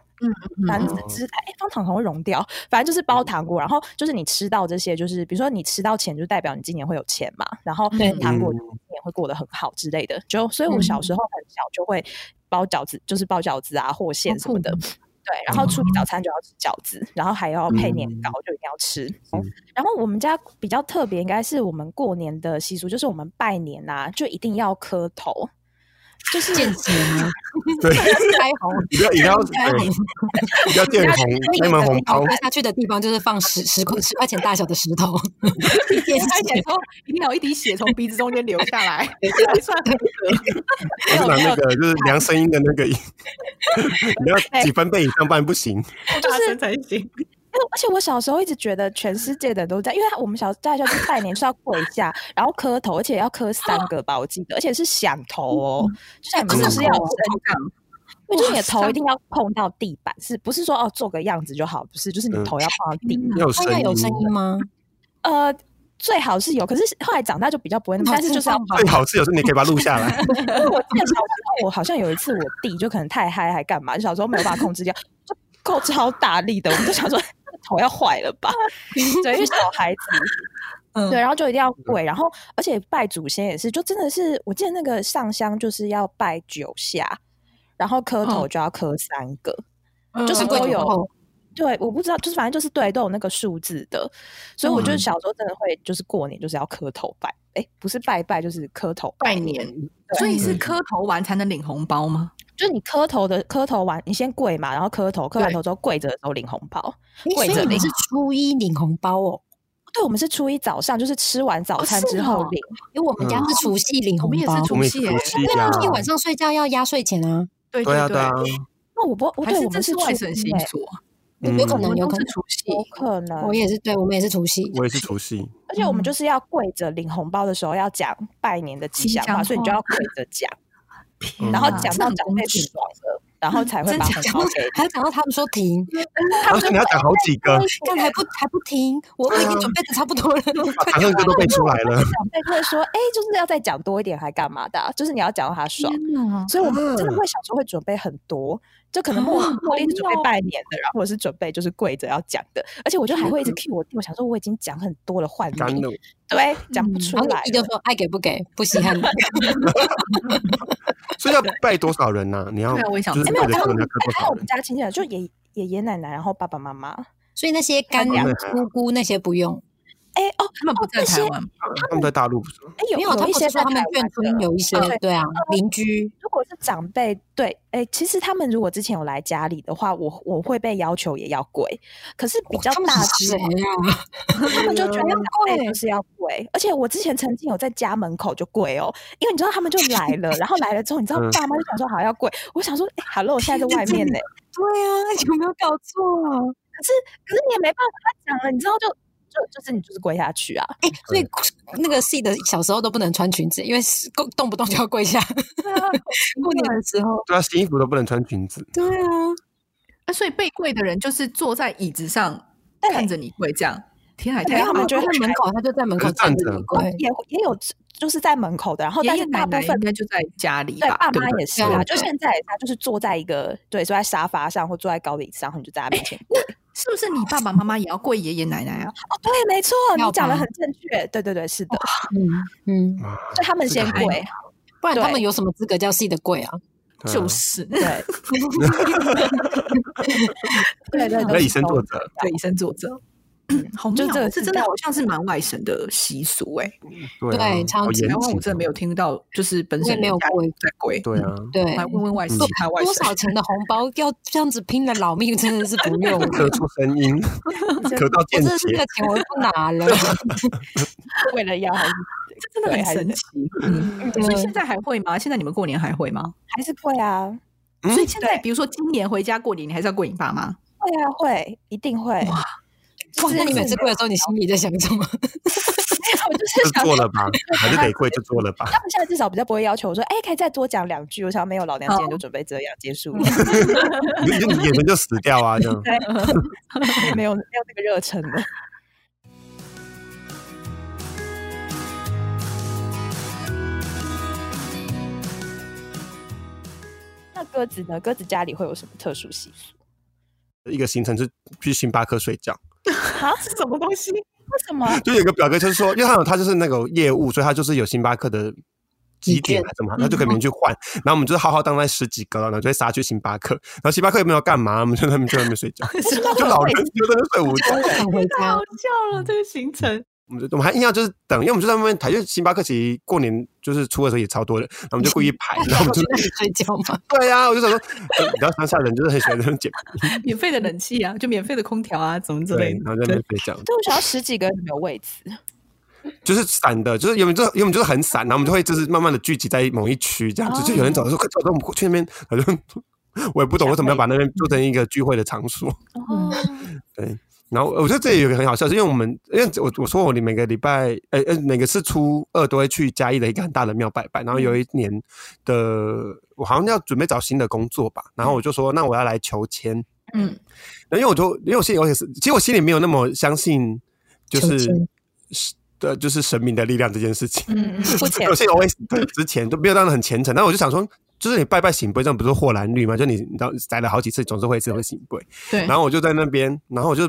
A: 反正只哎方糖可能会融掉，反正就是包糖果，然后就是你吃到这些，就是比如说你吃到钱，就代表你今年会有钱嘛，然后
B: 对
A: 糖果
D: 嗯
A: 今年会过得很好之类的。就所以我小时候很小就会包饺子，就是包饺子啊、和馅什么的。对，然后初一早餐就要吃饺子，然后还要配年糕，就一定要吃。哦然后我们家比较特别，应该是我们过年的习俗，就是我们拜年啊，就一定要磕头，就是
B: 见 血吗？
D: 对，
B: 开红，
D: 你不要你不要
B: 开红
D: 对，你不要见红，那门红包
B: 掉下去的地方就是放十十块十块钱大小的石 头，见
C: 而且
B: 血。
C: 从一定要有一滴血从鼻子中间流下来，算
D: 我是拿那个就是量声音的那个， 你要几分贝以上，不然不行。
C: 大声才行。
A: 因为而且我小时候一直觉得全世界的人都这样，因为我们小在家去拜年是要跪下，然后磕头，而且要磕三个吧，我记得，而且是响头哦，就像你们
D: 嗯
A: 就是要
C: 头上
A: 因为就是你的
C: 哇
A: 头
C: 塞
A: 一定要碰到地板，是不是说哦做个样子就好？不是，就是你
D: 嗯
A: 头要碰到地
C: 嗯
A: 板。
D: 要有
B: 它
D: 声
B: 应该
D: 音，
B: 有声音吗？
A: 呃，最好是有，可是后来长大就比较不会
C: 哦
A: 那么，但是就是要
B: 好
D: 最好是有时候你可以把它录下来。
A: 因为我记得小时候，我好像有一次我弟就可能太嗨还干嘛，就小时候没有办法控制掉，就扣超大力的，我们就想说 头要坏了吧？对，因为小孩子，
B: 嗯
A: 对，然后就一定要跪，然后而且拜祖先也是，就真的是我记得那个上香就是要拜九下，然后磕头
C: 嗯
A: 就要磕三个，
B: 就是
A: 都有
B: 哦
A: 对，我不知道，就是反正就是对，都有那个数字的，所以我就是
D: 嗯
A: 小时候真的会，就是过年就是要磕头拜，哎、不是拜拜，就是磕头拜
C: 拜年，所以是磕头完才能领红包吗？
A: 就是你磕头的磕头完，你先跪嘛，然后磕头，磕完头之后跪着的时候领红包。
B: 诶所
A: 跪
B: 以
A: 着
B: 你们
A: 领
B: 是初一领红包哦，
A: 对，我们是初一早上，就是吃完早餐
C: 是
A: 之后
C: 哦
A: 领。
B: 因为我们家是除夕领
C: 我
B: 红
C: 们也是
B: 包，
D: 我
C: 除
D: 们也
C: 夕耶
D: 除，夕
A: 啊
B: 因为
D: 嗯呀
B: 初夕晚上睡觉要压岁钱啊，
C: 对
D: 对啊对
C: 对
D: 啊，，
A: 那我不，我
C: 还
A: 对
C: 是
A: 我
C: 这
A: 们
C: 是
A: 初
C: 外
A: 一
C: 省习
A: 耶
C: 俗啊，
B: 有
D: 嗯
B: 有可
C: 我
B: 能，
C: 们
B: 有
C: 都
B: 可
C: 是
B: 能。
C: 除夕。
A: 有可能。
B: 我也是，对我们也是除夕，
D: 我也是除夕，
A: 而且我们
C: 嗯
A: 就是要跪着领红包的时候要讲拜年的吉
C: 吉
A: 祥
C: 祥
A: 话，所以你就
C: 话
A: 要跪着讲，
D: 嗯
A: 然后
C: 啊
A: 讲
C: 这
A: 到
C: 很
A: 长
C: 恭
A: 辈
C: 敬
A: 爽了，然后 才会
C: 真
A: 把
C: 假
A: 红包给你。
B: 还要讲到他们说停，
A: 啊
D: 然啊后你要打好几个，
B: 但还不还不停，我都已经准备的差不多了，
D: 把长恨歌都背出来 了。
A: 长辈就会说，哎、就是要再讲多一点，还干嘛的啊、就是你要讲到他爽。所以我们真
B: 嗯
A: 的会小时候会准备很多，就可能茉
B: 哦
C: 啊
A: 茉莉是准备
C: 好妙
A: 拜年的，然后我是准备就是跪着要讲的，而且我就
B: 嗯
A: 还会一直 cue 我弟，我想说我已经讲很多了，换
D: 干
A: 你
D: 了，
A: 对讲不
C: 嗯
A: 出
B: 然后
A: 来
B: 你弟就
A: 了，
B: 说爱给不给，不 稀罕。
D: 所以要拜多少人呐？你要
C: 对啊我也想
D: 就是
A: 哎
C: 哎
A: 没有，
D: 拜的
A: 刚
D: 时候
A: 刚
D: 你要磕多
A: 刚好
D: 少
A: 我们
D: 人？
A: 家亲戚啊就爷爷爷奶奶，然后爸爸妈妈，
B: 所以那些干
D: 娘
B: 姑姑那些不用，
A: 哎哦，
C: 他们不在台湾，
D: 啊他们在大陆不是吗？
A: 哎，有
B: 没有，哦他
A: 一
B: 们
A: 些
B: 说
A: 在
B: 他们
A: 台
B: 眷
A: 湾的
B: 村
A: 哦
B: 有一些
A: 对
B: 对啊邻居，
A: 如果是长辈，对，哎、其实他们如果之前有来家里的话，我我会被要求也要跪，可是比较
B: 他们
A: 大
B: 是
A: 只
B: 谁
A: 的，
B: 啊？
A: 他们就觉得哦
C: 要
A: 长辈就是要跪，而且我之前曾经有在家门口就跪哦，因为你知道他们就来了，然后来了之后，你知道
D: 嗯
A: 爸妈就想说好要跪，我想说，哎、好了，我现在在外面呢、
B: 对啊， 有没有搞错啊？
D: 嗯
A: 可是可是你也没办法，他讲了，你知道就就就是你就是跪下去啊，
B: 哎，所以那个 C 的小时候都不能穿裙子，因为是动动不动就要跪下。
A: 啊
B: 过年的时候，
D: 对啊，新衣服都不能穿裙子，
B: 对啊，
C: 啊，所以被跪的人就是坐在椅子上
A: 对
C: 看着你跪这样。天啊，
A: 对
C: 太
A: 他们
C: 好
A: 觉
B: 就
A: 得
B: 在门口，他就在门口
D: 可是站
B: 着
D: 着
B: 你跪。
A: 也也有就是在门口的，然后
C: 爷
A: 但
C: 爷
A: 是
C: 奶
A: 大部
C: 奶
A: 分
C: 应该就在家里
A: 对，
C: 吧，
A: 爸
C: 对
A: 妈
C: 不对
A: 也是
B: 对
A: 啊，就现在他就是坐在一个对，坐在沙发上或坐在高椅子上，然后你就在他面前。
C: 是不是你爸爸妈妈也要跪爷爷奶奶啊？
A: 哦，对，没错，
B: 要
A: 你讲的
B: 吧
A: 很正确，对对对，是的，
B: 嗯嗯，
D: 哇
A: 就他们
D: 这个
A: 先
D: 还
A: 跪，
B: 不然他
A: 对
B: 们有什么资格叫 C 的跪啊？
D: 对啊
C: 就是
A: 对，对对
D: 要
A: 对，
D: 以身作则，
C: 对，以身作则。好妙
A: 嗯就
C: 哦，
A: 这个
C: 这
A: 是
C: 真的
A: 到
C: 好像是蛮外省的习俗哎、
D: 对
B: 对
D: 啊，
B: 超
D: 好
B: 级
D: 严
C: 台湾
D: 谨
C: 我真的没有听到，就是本
B: 我也
C: 身
B: 没有跪
C: 在跪。
D: 啊对啊，
B: 对，
C: 来问问外省
D: 嗯
C: 其他外
B: 多
C: 省
B: 少钱的红包要这样子拼了老命，真的是不 用。我
D: 咳出声音，咳到
B: 真
D: 见
B: 的是这
D: 血
B: 个，钱我就不拿了。
A: 为了要
C: 这 真的
A: 对
C: 很
A: 还是
C: 神
A: 得
C: 奇。嗯，
A: 嗯
C: 所以现在还会吗？现在你们过年还会吗？
A: 还是跪啊，
D: 嗯
C: 所以现在
A: 对
C: 比如说今年回家过年，你还是要跪你爸妈？
A: 会啊会，一定会。
C: 哇
B: 哇，那你每
A: 每
B: 次跪的时候，你心里在想什么？
A: 我就是
D: 就
A: 想
D: 做
A: 说
D: 了吧，还是得跪就做 了吧。
A: 他们现在至少比较不会要求我说，哎，可以再多讲两句。我想没有，老娘今天
C: 哦
A: 就准备这样结束
C: 嗯
A: 了，
D: 你就你眼神就死掉啊，这样。
A: 没有没有那个热忱 了。那鸽子呢？鸽子家里会有什么特殊习俗？
D: 一个行程是去星巴克睡觉，
A: 啊，是什么东西？为什么？
C: 啊
D: 就有一个表哥就是说，因为他有他就是那个业务，所以他就是有星巴克的。几点还是什么，他就可以
B: 嗯
D: 免去换。然后我们就是浩浩荡荡十几个，然后就会杀去星巴克。然后星巴克也没有干嘛，我们就在那边就在那边 睡觉，就老人就在那边睡午觉。
B: 想回
C: 太
B: 家
C: 好，笑了，这个行程。
D: 我们就我们还硬要就是等，因为我们就在那边排，因为星巴克其实过年就是出的时候也超多人，然后我们就故意 排，然后我们就
B: 那你睡觉 吗？
D: 对呀、我就想说，呃你知道乡下人就是很喜欢这种解
C: 免费的冷气啊，就免费的空调啊，怎么之类
D: 对，然
C: 的。
D: 后在那边睡觉，
A: 对，我想要十几个人没有位置，
D: 就是散的，就是原本就原本就是很散，然后我们就会就是慢慢的聚集在某一区这样子，
A: 哦
D: 就有人走的时候，快走，我们去那边，好像 我也不懂为什么要把那边做成一个聚会的场所。
C: 嗯
A: 哦，
D: 然后我觉得这也有一个很好笑，是因为我们因为我我说我每个礼拜呃呃每个是初二都会去嘉义的一个很大的庙拜拜，然后有
B: 嗯
D: 一年的我好像要准备找新的工作吧，然后我就
B: 嗯
D: 说那我要来求签，
C: 嗯，
D: 然后因为我就因为我心里有点是，其实我心里没有那么相信就
B: 求
D: 是
B: 签
D: 是的就是神明的力量这件事情，
A: 嗯，不浅
D: 有，些 always 对之前都没有当的很虔诚，但我就想说，就是你拜拜醒杯，这样不是霍兰绿吗？就你你知道栽了好几次，总是会一次会醒杯。
C: 对。
D: 然后我就在那边，然后我就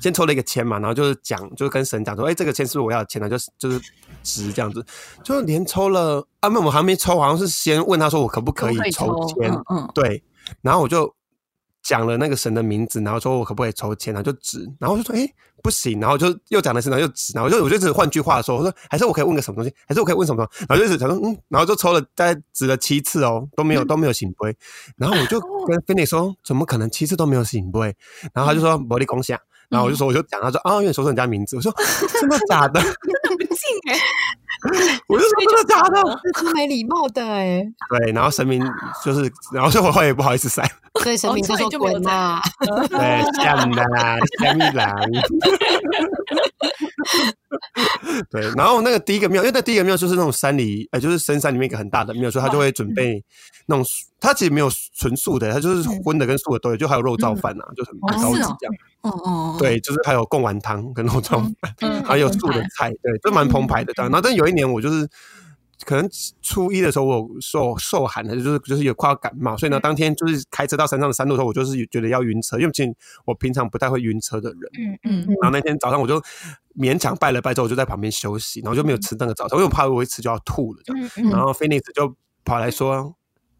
D: 先抽了一个签嘛，然后就是讲，就是跟神讲说，哎、这个签是不是我要的签呢、就是就是值这样子，就连抽了啊，没有，我还没抽，好像是先问他说我可不可以抽签，
C: 嗯嗯，
D: 对，然后我就讲了那个神的名字，然后说我可不可以抽签，然后就指，然后我就说哎、诶不行，然后就又讲了一次，然后又指，然后我就我就只换句话说，我说还是我可以问个什么东西，还是我可以问什么东西，然后就是想说嗯，然后就抽了大概指了七次哦，都
C: 嗯
D: 没有都没有醒杯，然后我就
C: 哦
D: 跟菲尼说怎么可能七次都没有醒杯，然后
C: 嗯
D: 他就说魔力共享。然后我就说，我就讲，他说啊，因为你说出人家名字，我说真的假的？
C: 很不近哎，
D: 我就说真的假的？
B: 这是没礼貌的哎。
D: 对，然后神明就是，然后所以我后来也不好意思塞，
B: 哦所以神明就说滚啊呐、
D: 对，像啦，像一 郎。对，然后那个第一个庙，因为那第一个庙就是那种山里，呃，就是深山里面一个很大的庙，所以他就会准备那种，它其实没有纯素的，它就是荤的跟素的都有，就还有肉燥饭呐、就是很高级
C: 哦
D: 这样。
B: 嗯
C: 哦哦，
D: 对，就是还有贡丸汤跟肉燥饭，
C: 嗯，
D: 还有素的
C: 嗯
D: 菜，对，就蛮澎湃的。这样然后，但有一年我就是。可能初一的时候，我有受受寒了，就是就是有快要感冒，所以呢，当天就是开车到山上的山路的时候，我就是觉得要晕车，因为其实我平常不太会晕车的人。
A: 嗯嗯，
C: 嗯，
D: 然后那天早上我就勉强拜了拜之后，我就在旁边休息，然后就没有吃那个早餐，因为我怕我一吃就要吐了这样。
A: 嗯嗯
D: 然后 Phoenix 就跑来说：“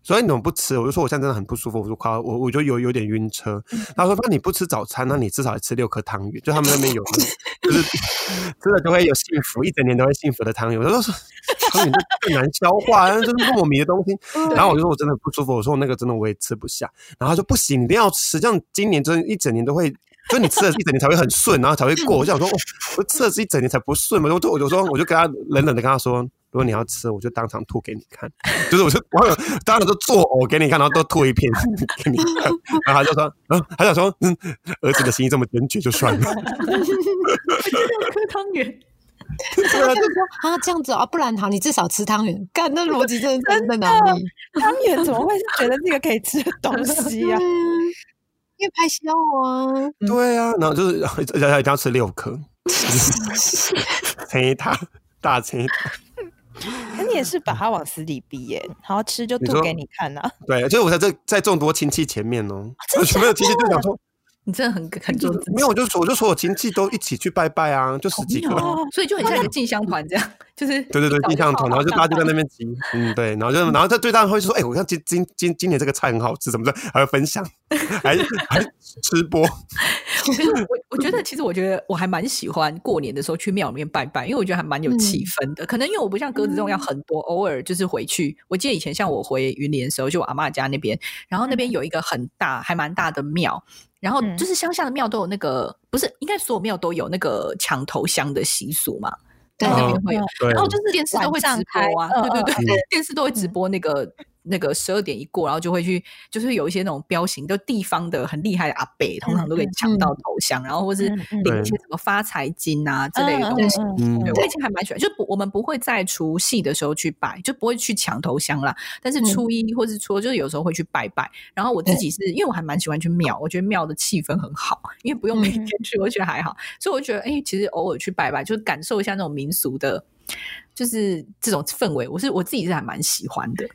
D: 所以你怎么不吃？我就说我现在真的很不舒服，我说夸我我就有有点晕车。
A: 嗯
D: 他说那你不吃早餐，那你至少也吃六颗汤圆，就他们那边有 那种，就是吃了就会有幸福，一整年都会幸福的汤圆。我就说汤圆就更难消化，然后就是糯米的东西。然后我就说我真的不舒服，我说我那个真的我也吃不下。然后他说不行，你一定要吃，这样今年真的一整年都会。所以你吃了一整年才会很顺，然后才会过。我就想说，哦、我吃了一整年才不顺嘛。我就我就说，我就跟他冷冷的跟他说，如果你要吃，我就当场吐给你看。 就是我就我有当场就作呕给你看，然后都吐一片给你看。然后他就说，然后他想说，嗯，儿子的心意这么坚决就算了。
C: 喝汤圆，
B: 他就说啊这样子哦啊，不然好，你至少吃汤圆。干，那逻辑真的是在哪里？
A: 汤圆怎么会是觉得这个可以吃的东西
B: 对
A: 呀、
B: 啊，因为拍戏要啊，
D: 对啊，然后就是而且他一定要吃六颗，青塔大青塔。
A: 可你也是
C: 啊
A: 把它往死里逼耶、好好吃就
D: 你
A: 吐
D: 说
A: 给你看呐、啊。
D: 对，就是我在这在众多亲戚前面
C: 啊
D: 哦，全部的亲戚就想说，
C: 你真的很很做自己
D: 没有，我就说我就说我亲戚都一起去拜拜啊，就十几个。
C: 哦，所以就很像一个进香团这样，就是
D: 对对对，
C: 一早
D: 印象团，然后就大家就在
C: 放
D: 那边集，嗯，对，然后就然后在对大家会说，哎、我看今今今今年这个菜很好吃，怎么的，还会分 享，还还吃播，
C: 其实我我觉得，其实我觉得我还蛮喜欢过年的时候去庙里面拜拜，因为我觉得还蛮有气氛的。可能因为我不像鸽子这种要很多，偶尔就是回去。我记得以前像我回云林的时候，就我阿嬷家那边，然后那边有一个很大还蛮大的庙，然后
A: 嗯
C: 就是乡下的庙都有那个，不是应该所有庙都有那个抢头香的习俗嘛？
B: 对
C: 在那边
D: 嗯
C: 会有，
D: 对，
C: 然后就是电视都会直播啊，
A: 晚上开
C: 对对对
D: 嗯嗯，
C: 电视都会直播那个那个十二点一过，然后就会去，就是有一些那种彪形，就地方的很厉害的阿伯，通常都可以抢到头香，然后或是
A: 嗯嗯
C: 领一些什么发财金啊之类的
A: 嗯
C: 东西。
A: 嗯
D: 嗯
A: 嗯，
C: 对，我以前还蛮喜欢，就不我们不会在除夕的时候去拜，就不会去抢头香啦。但是初一或是初二，就是有时候会去拜拜。然后我自己是因为我还蛮喜欢去庙，我觉得庙的气氛很好，因为不用每天去，我觉得还好。所以我就觉得，哎、其实偶尔去拜拜，就是感受一下那种民俗的，就是这种氛围，我是我自己是还蛮喜欢的。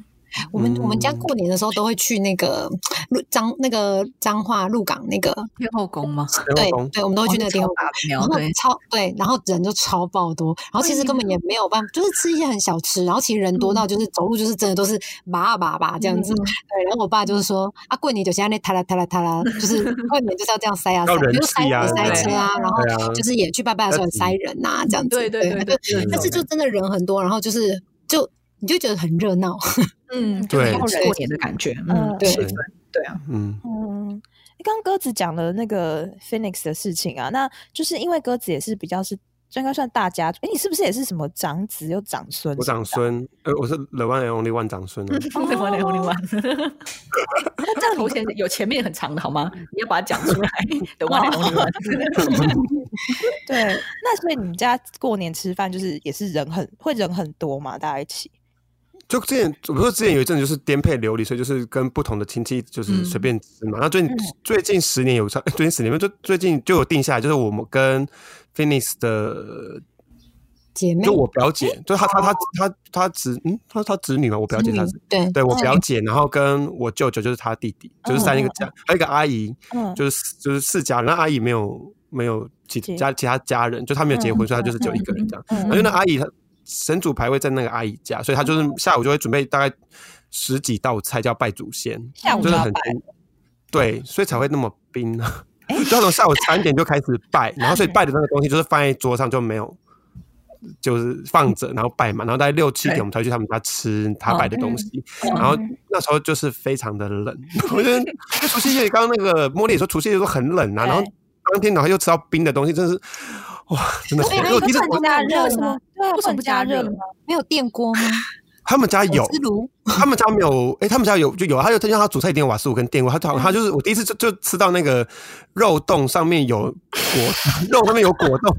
B: 我们、我们家
D: 嗯
B: 过年的时候都会去那个鹿彰那个彰化鹿港那个，
C: 天后宫 吗？
D: 然
B: 对
D: 后
B: 对，我们都会去那个地方。
C: 打
B: 然
C: 庙
B: 后
C: 对。
B: 超对，然后人就超爆多，然后其实根本也没有办法，就是吃一些很小吃，然后其实人多
C: 嗯
B: 到就是走路就是真的都是啊拔拔拔这样子。对，然后我爸就是说啊，过年就是要那塔啦塔啦塔啦，就是过年就是要这样塞啊塞，
D: 要人
B: 就是塞
D: 气啊
B: 火塞
C: 对
B: 车啊，然后
D: 对啊
B: 就是也去拜拜的时候也塞人呐、这样子。
C: 对对
B: 对
C: 对
B: 他
C: 对
B: 就，
C: 对
B: 但是就真的人很多，然后就是就你就觉得很热闹。
C: 嗯，
D: 对
C: 就是有人过年的感觉，嗯，
A: 嗯
B: 对
D: 呃
C: 气氛，对啊，
D: 嗯，
A: 嗯，刚刚鸽子讲了那个 Phoenix 的事情啊，那就是因为鸽子也是比较是，应该算大家族。哎，你是不是也是什么长子又长孙？
D: 我长孙，呃，我是 The One and Only One 长孙啊，
C: 另外，另外，另外，哦这样头衔有前面很长的好吗？你要把它讲出 来。等我，等 我，
A: 对，那所以你们家过年吃饭就是也是人很会人很多嘛，大家一起。
D: 就之前我说之前有一阵子就是颠沛流离，所以就是跟不同的亲戚
A: 嗯
D: 就是随便吃嘛。然后最近、最近十年有差，哎最近十年就最近就有定下来，就是我们跟 Phoenix 的
B: 姐妹
D: 就我表
A: 哦
D: 姐，就是她她她她她侄嗯，她她侄女嘛，我表姐她是
B: 对
D: 对我
A: 嗯
D: 表姐，然后跟我舅舅就是他弟弟，就是三个家，还有一个阿姨，
A: 嗯，
D: 就是四就是四家人，那阿姨没有没有其
A: 结
D: 家其他家人，就她没有结婚，
A: 嗯
D: 所以她就是只有一个人这样。
A: 嗯哦
D: 然后因为那阿姨她神主牌位在那个阿姨家，所以她就是下午就会准备大概十几道菜，叫拜祖先，
A: 下午
D: 真的
A: 要
D: 很
A: 拜
D: 辛对，所以才会那么冰啊。 就她从下午三点就开始拜，然后所以拜的那个东西就是放在桌上就没有。就是放着，然后拜嘛，然后大概六七点
C: 对
D: 我们才去他们家吃他拜的东西，
A: 嗯
D: 然后那时候就是非常的冷， 我觉得除夕夜刚刚那个茉莉也说除夕夜都很冷啊，
A: 对
D: 然后当天然后又吃到冰的东西，真是哇，真的是
B: 哎
D: 因
B: 那
D: 为我第一次
B: 那
D: 我
A: 加热
B: 为什
A: 吗
B: 么？
A: 对啊，
C: 为什么
A: 不
C: 不
A: 加
C: 加
A: 热
C: 热
A: 吗？
B: 没有电锅吗？
D: 他们家 有
B: 火之，炉
D: 他们家没有，哎、他们家有就有，他就他像他煮菜一定有瓦斯炉跟电锅，他他他就是我第一次就就吃到那个肉冻上面有果，肉上面有果冻。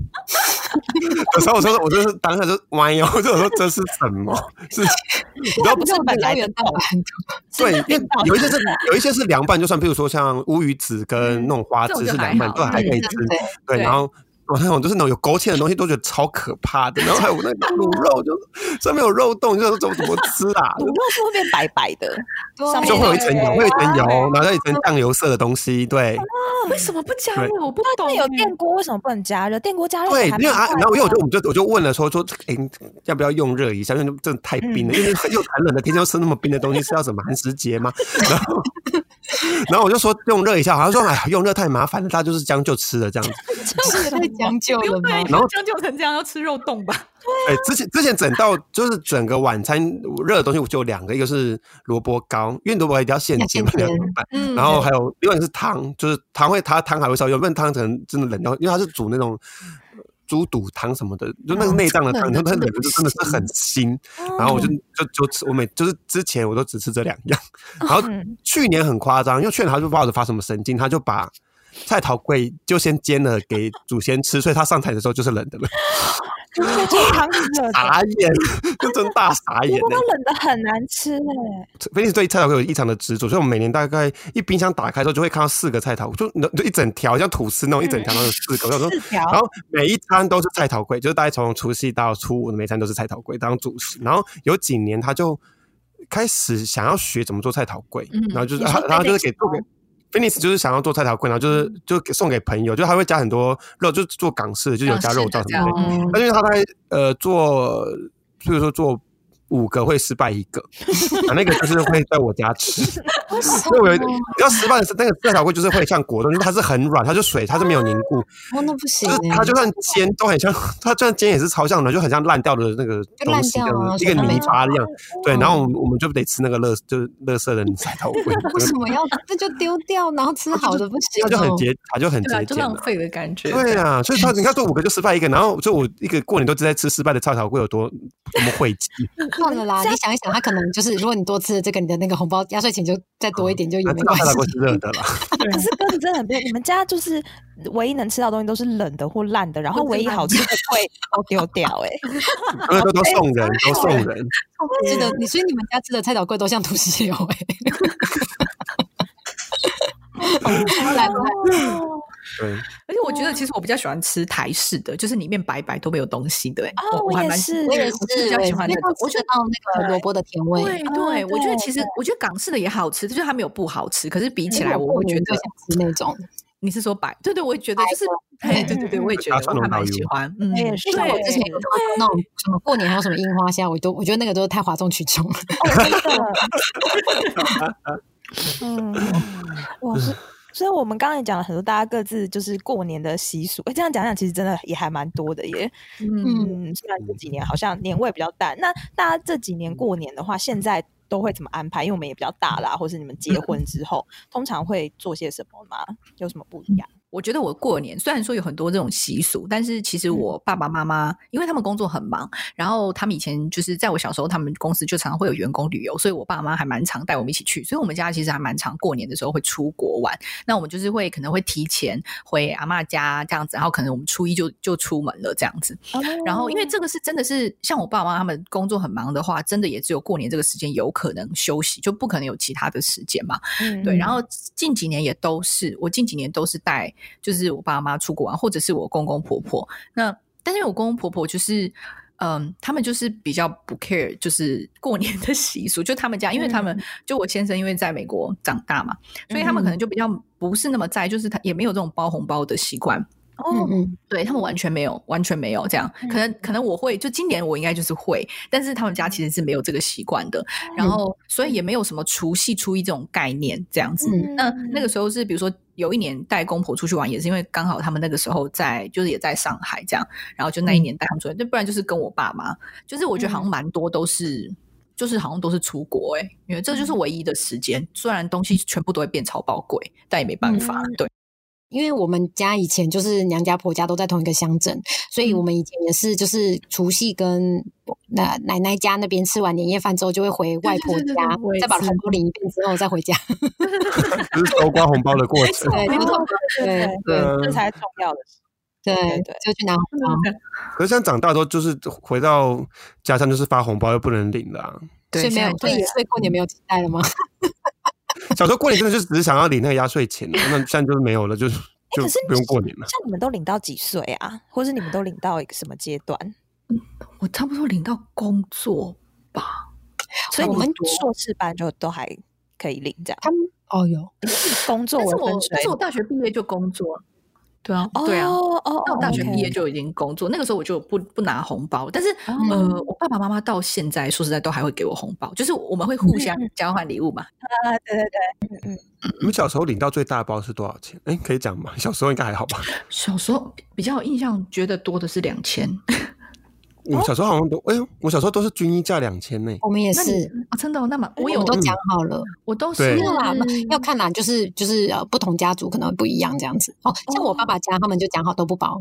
D: 有时候我说我就是当下就弯腰，我就说这是什么？是你知道
A: 不是本来
B: 胶
A: 的
B: 原蛋白很多，
D: 啊对，因为
A: 冰到
D: 有一些是有一些是凉拌，就算比如说像乌鱼子跟那种花
C: 这
D: 枝
C: 种就是还
D: 凉拌，
C: 好
D: 都还可以
B: 嗯
D: 吃。
B: 对
D: 对，
C: 对
D: 然后我那种就是那种有勾芡的东西，都觉得超可怕的。然后还有那个卤肉，就是上面有肉冻，就是怎么怎么吃啊？
A: 卤肉是会变白白的，啊上面
D: 就会有一
A: 那
D: 层油，
A: 个
D: 会有一层油，然后一
A: 嗯
D: 层酱油色的东西。
A: 哦
D: 对
C: 为什么不加
D: 对
C: 热？我不懂
A: 那
C: 欸。
A: 啊有电锅为什么不能加热？电锅加热
D: 对，
A: 还
D: 因为
A: 蛮
D: 啊，
A: 快
D: 然后因为我
A: 的
D: 就我们就我就问了说说，哎，你要不要用热一下？因为真的
A: 嗯
D: 太冰了，因为又寒冷的天气又吃那么冰的东西，是要什么寒食节吗？然后 然后我就说用热一下，好像说哎呀用热太麻烦了，大家就是将就吃了这样子。
B: 是太将就了吗？
D: 然后
C: 将就成这样，要吃肉冻 吧？
D: 哎、之前之前整道就是整个晚餐热的东西，我就有两个，一个是萝卜糕，因为萝卜糕一定要现
B: 要
D: 煎
B: 现
D: 嘛，两
B: 煎
D: 个半。
C: 嗯
D: 然后还有另外一个是汤，就是汤会它汤还会烧油，不然汤可能真的冷掉，因为它是煮那种猪肚汤什么的，就那个
B: 嗯
D: 内脏的
B: 真的
D: 汤，它它
C: 真
D: 冷
C: 的
D: 的
C: 不
D: 就真的是很腥。然
A: 嗯
D: 后我就就就吃，我每就是之前我都只吃这两样，然后
A: 嗯
D: 去年很夸张，因为去年他就不知道发什么神经，他就把。菜桃贵就先煎了给祖先吃，所以他上台的时候就是冷的了，
A: 就是这汤是热的。
D: 傻眼， 就真大傻眼、
A: 萝
D: 欸。
A: 卜糕冷的很难吃哎、
D: 菲利斯对菜桃会有异常的执着，所以我们每年大概一冰箱打开之后，就会看到四个菜桃，就就一整条像吐司那种一整条，然后有四个。我想说
A: 四条
D: 然后每一餐都是菜桃粿，就是大概从除夕到初五的每一餐都是菜桃粿当主食。然后有几年他就开始想要学怎么做菜桃粿，
C: 嗯
D: 然后就是
A: 你说
D: 他然后就是给
A: Felix
D: 做给。菲尼斯就是想要做菜桃粿，然后就是就给送给朋友，就他会加很多肉，就是做港式的，就有加肉
C: 港
D: 酱
C: 式的
D: 什么的。
B: 嗯
D: 但是他在呃做，譬如说做五个会失败一个，啊，那个就是会在我家吃。 所以我有一，
B: 哦
D: 你知道失败的是那个菜桃粿就是会像果冻，就是它是很软，它是水，它是没有凝固，
B: 哦，那不行
D: 就是
B: 欸
D: 它就算煎都很像，它就算煎也是超像的，就很像烂掉的那个
B: 就烂
D: 东西这
B: 掉啊
D: 样子，一
B: 水
D: 个
B: 都没
D: 泥巴一样。对，
B: 嗯
D: 然后我们我们就得吃那个乐就是乐色的菜桃粿，
B: 为什么要那就丢掉，然后吃好的不行哦？
D: 它就很节，它就很
C: 对啊，
D: 节
C: 就
D: 俭
C: 浪
D: 啊。
C: 费的感觉。
D: 对啊，所以他你看做五个就失败一个，然后就我一个过年都是在吃失败的菜桃粿有多多么晦气。
B: 算了 啦，你想一想，他可能就是，如果你多吃了这个，你的那个红包压岁钱就再多一点，就也
D: 那
B: 没
D: 知道
B: 关
D: 菜
B: 系
D: 桃。粿是热的啦，
A: 可是跟你真的很不一样。你们家就是唯一能吃到的东西都是冷的或烂的，然后
C: 都是
A: 唯一
C: 烂
A: 好吃的会都丢掉哎、
D: 因为都都送人，都送人。
B: 吃的你，所以你们家吃的菜刀粿都像土石流哎、欸。来
D: 对，
C: 而且我觉得，其实我比较喜欢吃台式的，就是里面白白都没有东西的欸。
A: 哦我
C: 还
A: 也
C: 蛮
A: 是
B: 我也是，
C: 我是比较喜欢
B: 因
C: 那
B: 为
C: 种。
B: 我
C: 我
B: 觉
C: 觉
B: 得
C: 得
B: 到那个萝卜的甜味，
C: 对
A: 啊
C: 对，我觉得
A: 对
C: 其实我觉得港式的也好吃，就是它没有不好吃。可是比起
B: 因为
C: 来，
B: 我
C: 我
B: 过
C: 会觉
B: 年就
C: 得
B: 想吃那种。
C: 你是说白？对对，我也觉得就是，
B: 白的
C: 嘿对对对，
A: 嗯
C: 我也觉
D: 加蒜
C: 得我还蛮
D: 蓉导游
C: 喜欢。嗯，
A: 我也
B: 就是像我
C: 对
B: 之前有看到那种什么过年还有什么樱花虾，我都我觉得那个都太哗众取宠了。
A: 嗯，我是。所以我们刚才讲了很多大家各自就是过年的习俗，哎，这样讲讲其实真的也还蛮多的耶。
C: 嗯，
A: 嗯，虽然这几年好像年味比较淡，那大家这几年过年的话，现在都会怎么安排？因为我们也比较大啦，或是你们结婚之后，通常会做些什么吗？有什么不一样？
C: 我觉得我过年虽然说有很多这种习俗，但是其实我爸爸妈妈，因为他们工作很忙，然后他们以前就是在我小时候，他们公司就常常会有员工旅游，所以我爸妈还蛮常带我们一起去，所以我们家其实还蛮常过年的时候会出国玩。那我们就是会可能会提前回阿嬷家这样子，然后可能我们初一就就出门了这样子。然后，因为这个是真的是像我爸妈他们工作很忙的话，真的也只有过年这个时间有可能休息，就不可能有其他的时间嘛。
A: 嗯
C: 对，然后近几年也都是，我近几年都是带就是我爸妈出国玩，或者是我公公婆婆。那但是我公公婆婆就是。嗯，他们就是比较不 care，就是过年的习俗，就他们家，因为他
B: 嗯
C: 们、就我先生因为在美国长大嘛，所以他们可能就比较不是那么在，就是他也没有这种包红包的习惯。
B: 嗯
A: 哦，
B: 嗯，
C: 对他们完全没有，完全没有这样。可能可能我会，就今年我应该就是会，但是他们家其实是没有这个习惯的。然后，所以也没有什么除夕初一这种概念这样子。
B: 嗯
C: 那那个时候是，比如说有一年带公婆出去玩，也是因为刚好他们那个时候在，就是也在上海这样，然后就那一年带他们出去，那、不然就是跟我爸妈，就是我觉得好像蛮多都是。就是好像都是出国哎、因为这就是唯一的时间。虽然东西全部都会变超宝贵，但也没办法。
A: 嗯
C: 对，
B: 因为我们家以前就是娘家婆家都在同一个乡镇，所
C: 嗯
B: 以我们以前也是就是除夕跟那奶奶家那边吃完年夜饭之后，就会回外婆
C: 对对对
B: 家
C: 对我也，
B: 再把
C: 是
B: 红包领一遍之后再回家。
D: 就是收刮红包的过 程。
B: 对，就是
A: 哦
B: 对对
A: 这才重要的事。
B: 对
A: 对
B: 对
A: 对，
B: 就去拿红包。
D: 可是像长大之后，就是回到家乡就是发红包又不能领了、啊。
C: 对
B: 所以没有
C: 现，
B: 所
C: 在
B: 以所以过年没有期待了吗？
D: 小时候过年真的就只是想要领那个压岁钱、啊，那现在就是没有了，就是就
A: 可是
D: 不用过年了。
A: 像你们都领到几岁啊？或是你们都领到一个什么阶段？
C: 我差不多领到工作吧，
A: 所以
B: 我
A: 你
B: 们
A: 硕士班就都还可以领这样。
B: 他们哦有，
A: 工作
C: 但是
A: 为
C: 我
A: 分水
C: 但是我大学毕业就工作，对啊，
A: 哦
C: 对啊，
A: 哦哦，
C: 到大学
A: OK
C: 毕业就已经工作，那个时候我就不不拿红包，但是、
B: 哦
C: 呃，我爸爸妈妈到现在说实在都还会给我红包，就是我们会互相
B: 嗯
C: 交换礼物嘛。
A: 啊，对对对，
D: 你们小时候领到最大包是多少钱？哎，可以讲吗？小时候应该还好吧？
C: 小时候比较有印象觉得多的是两千，
D: 我小时候好像都，哎呦，我小时候都是军衣价两千呢。
B: 我们也
C: 那你
B: 是，哎
C: 啊真的哦、那么我
B: 我
C: 有
B: 们都讲好了。
C: 我都是
D: 对
B: 没有啦，要看啦，就是就是呃，不同家族可能会不一样这样子。哦，像我爸爸家他们就讲好都不包，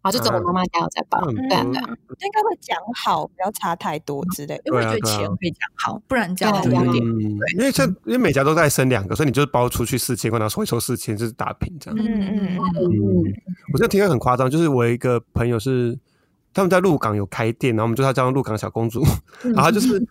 B: 啊，就只有我妈妈家有在包。
D: 嗯
B: 对啊，对啊，
A: 嗯应该会讲好，不要差太多之类的。
C: 因为我
D: 对
C: 觉
D: 啊
C: 得
D: 对啊
C: 钱可以讲好，不然这样就
B: 对啊
C: 有点
D: 嗯，因为像因为每家都在生两个，所以你就是包出去四千块，然后收一收四千，就是打平这样。
A: 嗯嗯
C: 嗯
B: 嗯，
D: 我真的听到很夸张，就是我有一个朋友是他们在鹿港有开店，然后我们就叫他叫鹿港小公主， 然后他就是。
C: 嗯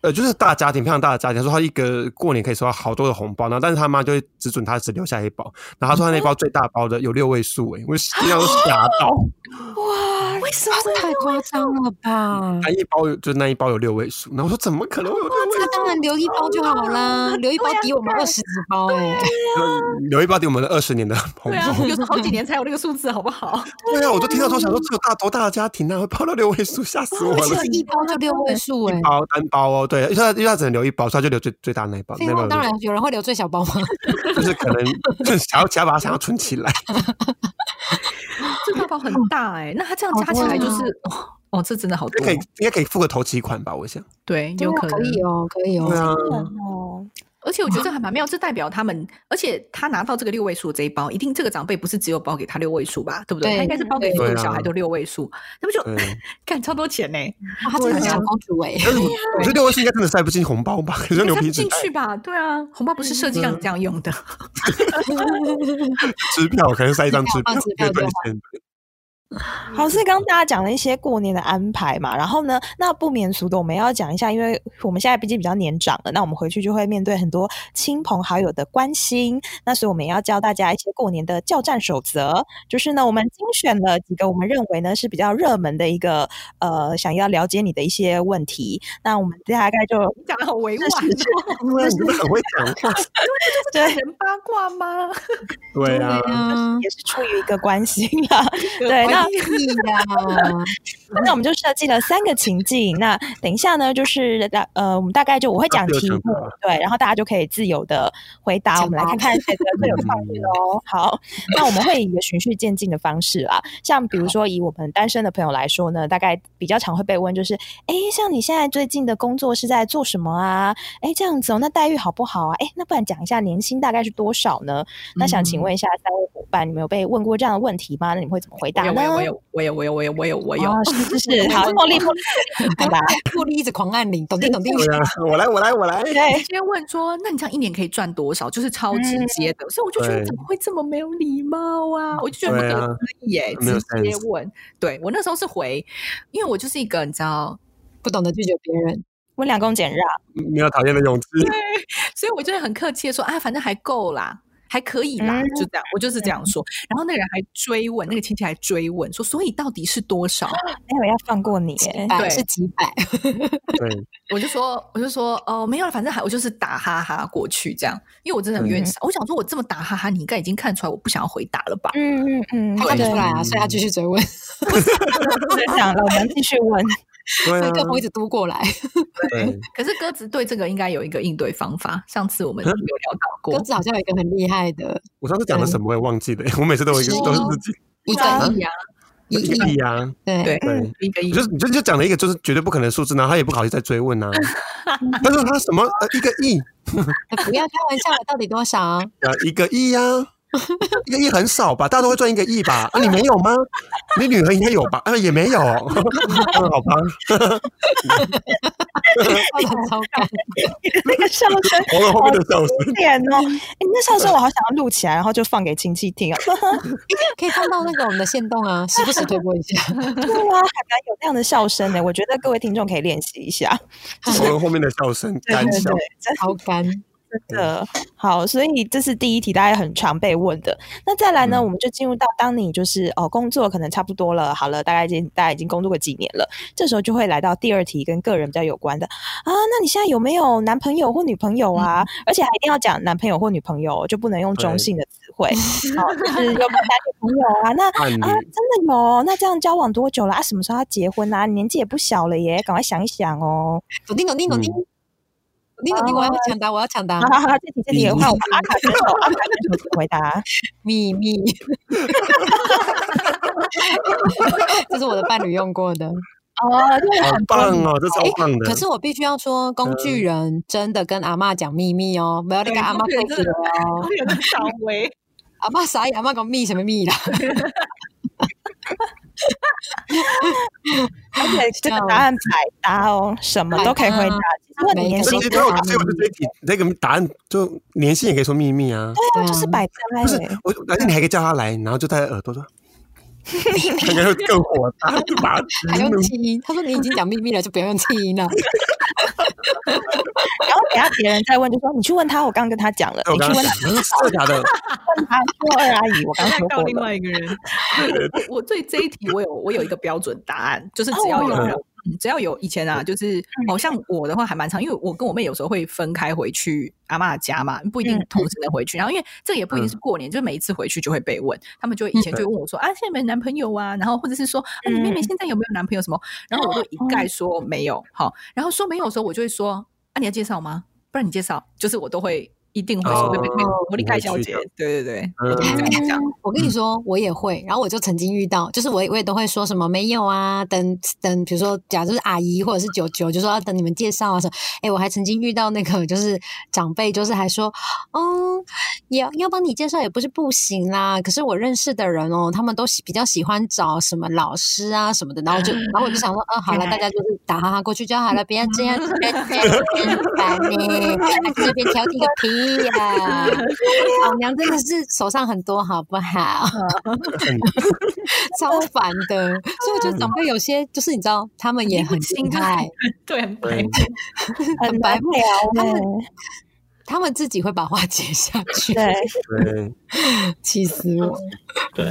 D: 呃，就是大家庭，非常大的家庭。他说他一个过年可以收到好多的红包，然后但是他妈就会只准他只留下一包，然后他说他那包最大包的有六位数，哎，我 听到都吓到。
A: 哇，为什么？
B: 嗯太夸张了吧？
D: 他一包有就那一包有六位数，然后我说怎么可能会有六位呃
B: 那当然留一包就好啦，留一包抵我们二十几包哎、
D: 数？留一包给我们的二十年的红
C: 对
D: 包
C: 啊，。有时候好几年才有那个数字，好不好？
D: 对啊，我就听到说想说这有大多大的家庭啊，会包到六位数，吓死我
B: 而
D: 了
B: 且！一包就六位数哎、
D: 啊一包单包哦，对，因为他因为他只能留一包，所以他就留最最大的那一包。
B: 废
D: 那一包
B: 话，
D: 就
B: 当然有人会留最小 包吗？
D: 就是可能就是想要想要把它想要存起来。
C: 这大包很大哎、那它这样加起来就是哦哦，这真的好
D: 应该
C: 多
D: 可，以应该可以付个头期款吧，我想。
C: 对，有可能
B: 可以哦，可以哦。
D: 对啊，
A: 哦，
C: 而且我觉 得这还蛮妙，这代表他们，而且他拿到这个六位数这一包，一定这个长辈不是只有包给他六位数吧，对不对？
B: 对
C: 他应该是包给所
D: 对
C: 有
D: 啊
C: 小孩都六位数，那不就
D: 对，啊
C: 干超多钱呢、
B: 啊她真的很小公主哎、
D: 但是我我觉得六位数应该真的塞不进红包吧，可是牛
C: 塞
D: 皮
C: 不
D: 纸嗯
C: 进
D: 袋、
C: 去吧？对啊，红包不是设计让你这样用的。
D: 支票，可能塞一张支票
B: 放支票
D: 对对
B: 就好
D: 钱。
A: 好，是刚刚大家讲了一些过年的安排嘛，然后呢，那不免俗的，我们要讲一下，因为我们现在毕竟比较年长了，那我们回去就会面对很多亲朋好友的关心，那所以我们也要教大家一些过年的教战守则，就是呢，我们精选了几个我们认为呢是比较热门的一个呃，想要了解你的一些问题，那我们大概就
C: 你讲的好委婉
A: 是
C: 哦，
D: 对，你 真的很会讲话。
A: 对
C: 这人八卦 吗？
D: 对啊，
B: 啊，
A: 也是出于一个关心啊啦。 对，那
B: 可以 呀。
A: 那我们就设计了三个情境。那等一下呢，就是大呃，我们大概就我会讲题目
D: 啊自由抢，
A: 对，然后大家就可以自由的回答。
B: 抢
A: 我们来看看谁得最有创意哦。好，那我们会以一个循序渐进的方式啦。像比如说以我们单身的朋友来说呢，大概比较常会被问就是，哎，像你现在最近的工作是在做什么啊？哎，这样子哦，那待遇好不好啊？哎，那不然讲一下年薪大概是多少呢？那想请
C: 嗯
A: 问一下三位伙伴，你们有被问过这样的问题吗？那你们会怎么回答
C: 我有，
A: 呢？
C: 我有，我有，我有，我有，我有，我有，我有
A: 哦，是 是是，好，茉莉茉莉，好吧，
B: 茉莉一直狂按铃，懂定懂定。
D: 对啊，我来，我来，我来。
A: 对，
C: 直接问说，那你这样一年可以赚多少？就是超直接的，所以我就觉得
D: 嗯对
C: 怎么会这么没有礼貌啊？我就觉得不
D: 对啊
C: 可思议耶、
D: 没有
C: 直接问。对我那时候是回，因为我就是一个你知道，
B: 不懂得拒绝别人，
A: 温良恭俭让，
D: 没有讨厌的勇气。
C: 所以我就是很客气的说啊，反正还够啦。还可以啦，
A: 嗯
C: 就这样，我就是这样说。然后那个人还追问，那个亲戚还追问说，所以到底是多少？
A: 没有要放过你耶，
B: 几
C: 对
B: 百是几百，
D: 对，
C: 我就说，我就说，哦、没有了，反正还我就是打哈哈过去这样，因为我真的很冤
A: 嗯
C: 枉。我想说，我这么打哈哈，你应该已经看出来我不想要回答了吧？
A: 嗯嗯嗯，
B: 他看不
A: 对
B: 出来啊，所以他继续追问，
A: 不能讲了，我们继续 问，
D: 对
B: 麦
D: 啊，
B: 克风一直嘟过来，
D: 对，
C: 可是鸽子对这个应该有一个应对方法，上次我们有
D: 嗯
C: 聊到过
B: 鸽子好像有一个很厉害的
D: 我上次讲的什么我也忘记了， 我每次都有一个
B: 是
D: 都是自己
B: 一
C: 一个
B: 个
C: 亿啊，
B: 一
D: 一个
B: 亿，
D: 亿啊，
B: 对，
C: 对，
D: 对。
C: 一个亿
D: 你就，你就就讲了一个就是绝对不可能的数字，然后他也不好意思再 追问啊。他说他什么呃一个亿
B: 不要开玩笑了，到底多少？啊
D: 呃一个亿呀、一个亿很少吧？大家都会赚一个亿吧？啊，你没有吗？你女儿应该有吧？啊，也没有， 嗯好吧？
B: 超高，
A: 那个笑声。
D: 我了后面的笑声，
A: 点哦，哎，那笑声我好想要录起来，然后就放给亲戚 听啊。
B: 可以放到那个我们的线动啊，时不时推播一下，
A: 对啊，很难有那样的笑声呢。我觉得各位听众可以练习一下。
D: 我了后面的笑声，干笑。
B: 超干。
A: 真的好，所以这是第一题，大家很常被问的。那再来呢，
D: 嗯
A: 我们就进入到当你就是哦工作可能差不多了，好了，大概已经大家已经工作个几年了，这时候就会来到第二题跟个人比较有关的啊。那你现在有没有男朋友或女朋友啊？而且还一定要讲男朋友或女朋友哦，就不能用中
D: 嗯对
A: 性的词 汇，好，就是有没有男女朋友啊？那
D: 伴
A: 啊，
D: 侣
A: 真的有哦？那这样交往多久了？啊，什么时候要结婚啊？年纪也不小了耶，赶快想一想哦。
B: 懂听懂听懂听，
D: 嗯
B: 懂听懂听，我要抢答，我要抢答
A: 好，好好， 这题这题也
D: 嗯
A: 换我们阿卡选手，阿卡选手请回答。
B: 秘密， 这是我的伴侣用过的。
A: 哦，对
D: 好棒哦，这超棒的
B: 哎可。是我必须要说，工具人真的跟阿嬷讲秘密哦，不要那个
C: 对
B: 阿嬷
C: 工具人
B: 配
C: 真
B: 合
C: 的
B: 哦。
C: 有的稍微，
B: 阿嬷傻眼，阿嬷讲秘什么秘啦？
A: 而且这个答案百搭哦，什么都可以回答。如果你年
D: 所
A: 薪
B: 每
D: 以其
B: 个
D: 实我所以我就觉得你那个答案就年薪也可以说秘密啊，
B: 对啊
A: 就是百搭
D: 不是
A: 哎，
D: 我，而且你还可以叫他来，然后就在耳 朵说，感觉会更火大，就把他
B: 还
D: 激
B: 用
D: 怒
B: 气音？他说你已经讲秘密了，就不要用气音了。
A: 然后等下别人再问，就说你去问他，我刚刚跟他讲了，
D: 对哎我
A: 你去
D: 刚刚
A: 问他，
D: 讲，我说真的假的？
A: 问他说二阿 姨，我刚 说
C: 到
A: 过
C: 另
A: 了。
C: 外一个人。我我 对这一题我有我有一个标准答案，就是只要有人。嗯只要有以前啊，就是好、像我的话还蛮长，因为我跟我妹有时候会分开回去阿嬷家嘛，不一定
A: 嗯
C: 同时能回去。然后因为这个也不一定是过年，就是每一次回去就会被问，他们就会以前就会问我说、啊，现在有没有男朋友啊？然后或者是说、啊、你妹妹
A: 嗯
C: 现在有没有男朋友什么？然后我就一概说没有，好，然后说没有的时候，我就会说啊，你要介绍吗？不然你介绍，就是我都会一定会说，
D: 哦
C: 对对对，我理解
D: 你
C: 小
D: 会去
C: 姐
D: 的，
C: 对对对，
D: 嗯
C: 我 都会这样讲。
B: 我跟你说，我也会。然后我就曾经遇到，就是我也我也都会说什么没有啊，等等，比如说假如是阿姨或者是九九，就说要等你们介绍啊什么。哎，我还曾经遇到那个就是长辈，就是还说，嗯，也要帮你介绍也不是不行啦。可是我认识的人哦，他们都喜比较喜欢找什么老师啊什么的。然后就然后我就想说，嗯，好了，大家就是打哈哈过去就好了，不要这样子，不要这样子，很烦呢，还在这边挑剔个屁呀、老哦娘真的是手上很多，好不好？ 超烦的，所以我觉得长辈有些就是你知道，他们也很
C: 心
B: 心
C: 态
B: 态，
C: 对，很白
D: 对
C: 目，
A: 很白目
B: 他
A: 哎
B: 们，他们自己会把话接下去，
A: 对，
D: 对，
B: 气死我！
A: 我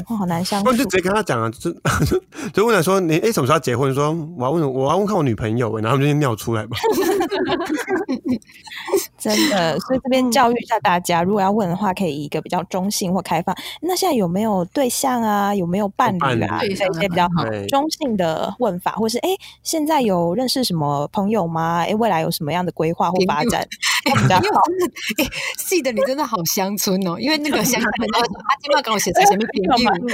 A: 哦好难相
D: 不然就
A: 处。
D: 直接跟他讲啊，就是 就问他说你哎什么时候要结婚？说我要问我要问看我女朋友欸，然后他们就尿出来吧。
A: 真的，呃嗯所以这边教育一下大家，如果要问的话，可以以一个比较中性或开放。那现在有没有对象啊？有没有伴侣啊？
C: 对
A: 对，一
C: 象
A: 些比较
C: 好
D: 对
A: 中性的问法，或是哎，诶现在有认识什么朋友吗？哎，未来有什么样的规划或发展？ 会比较
B: 因为我真的，哎，记得你真的好乡村哦，因为那个乡村人都会说啊，金茂跟我写在前面朋友，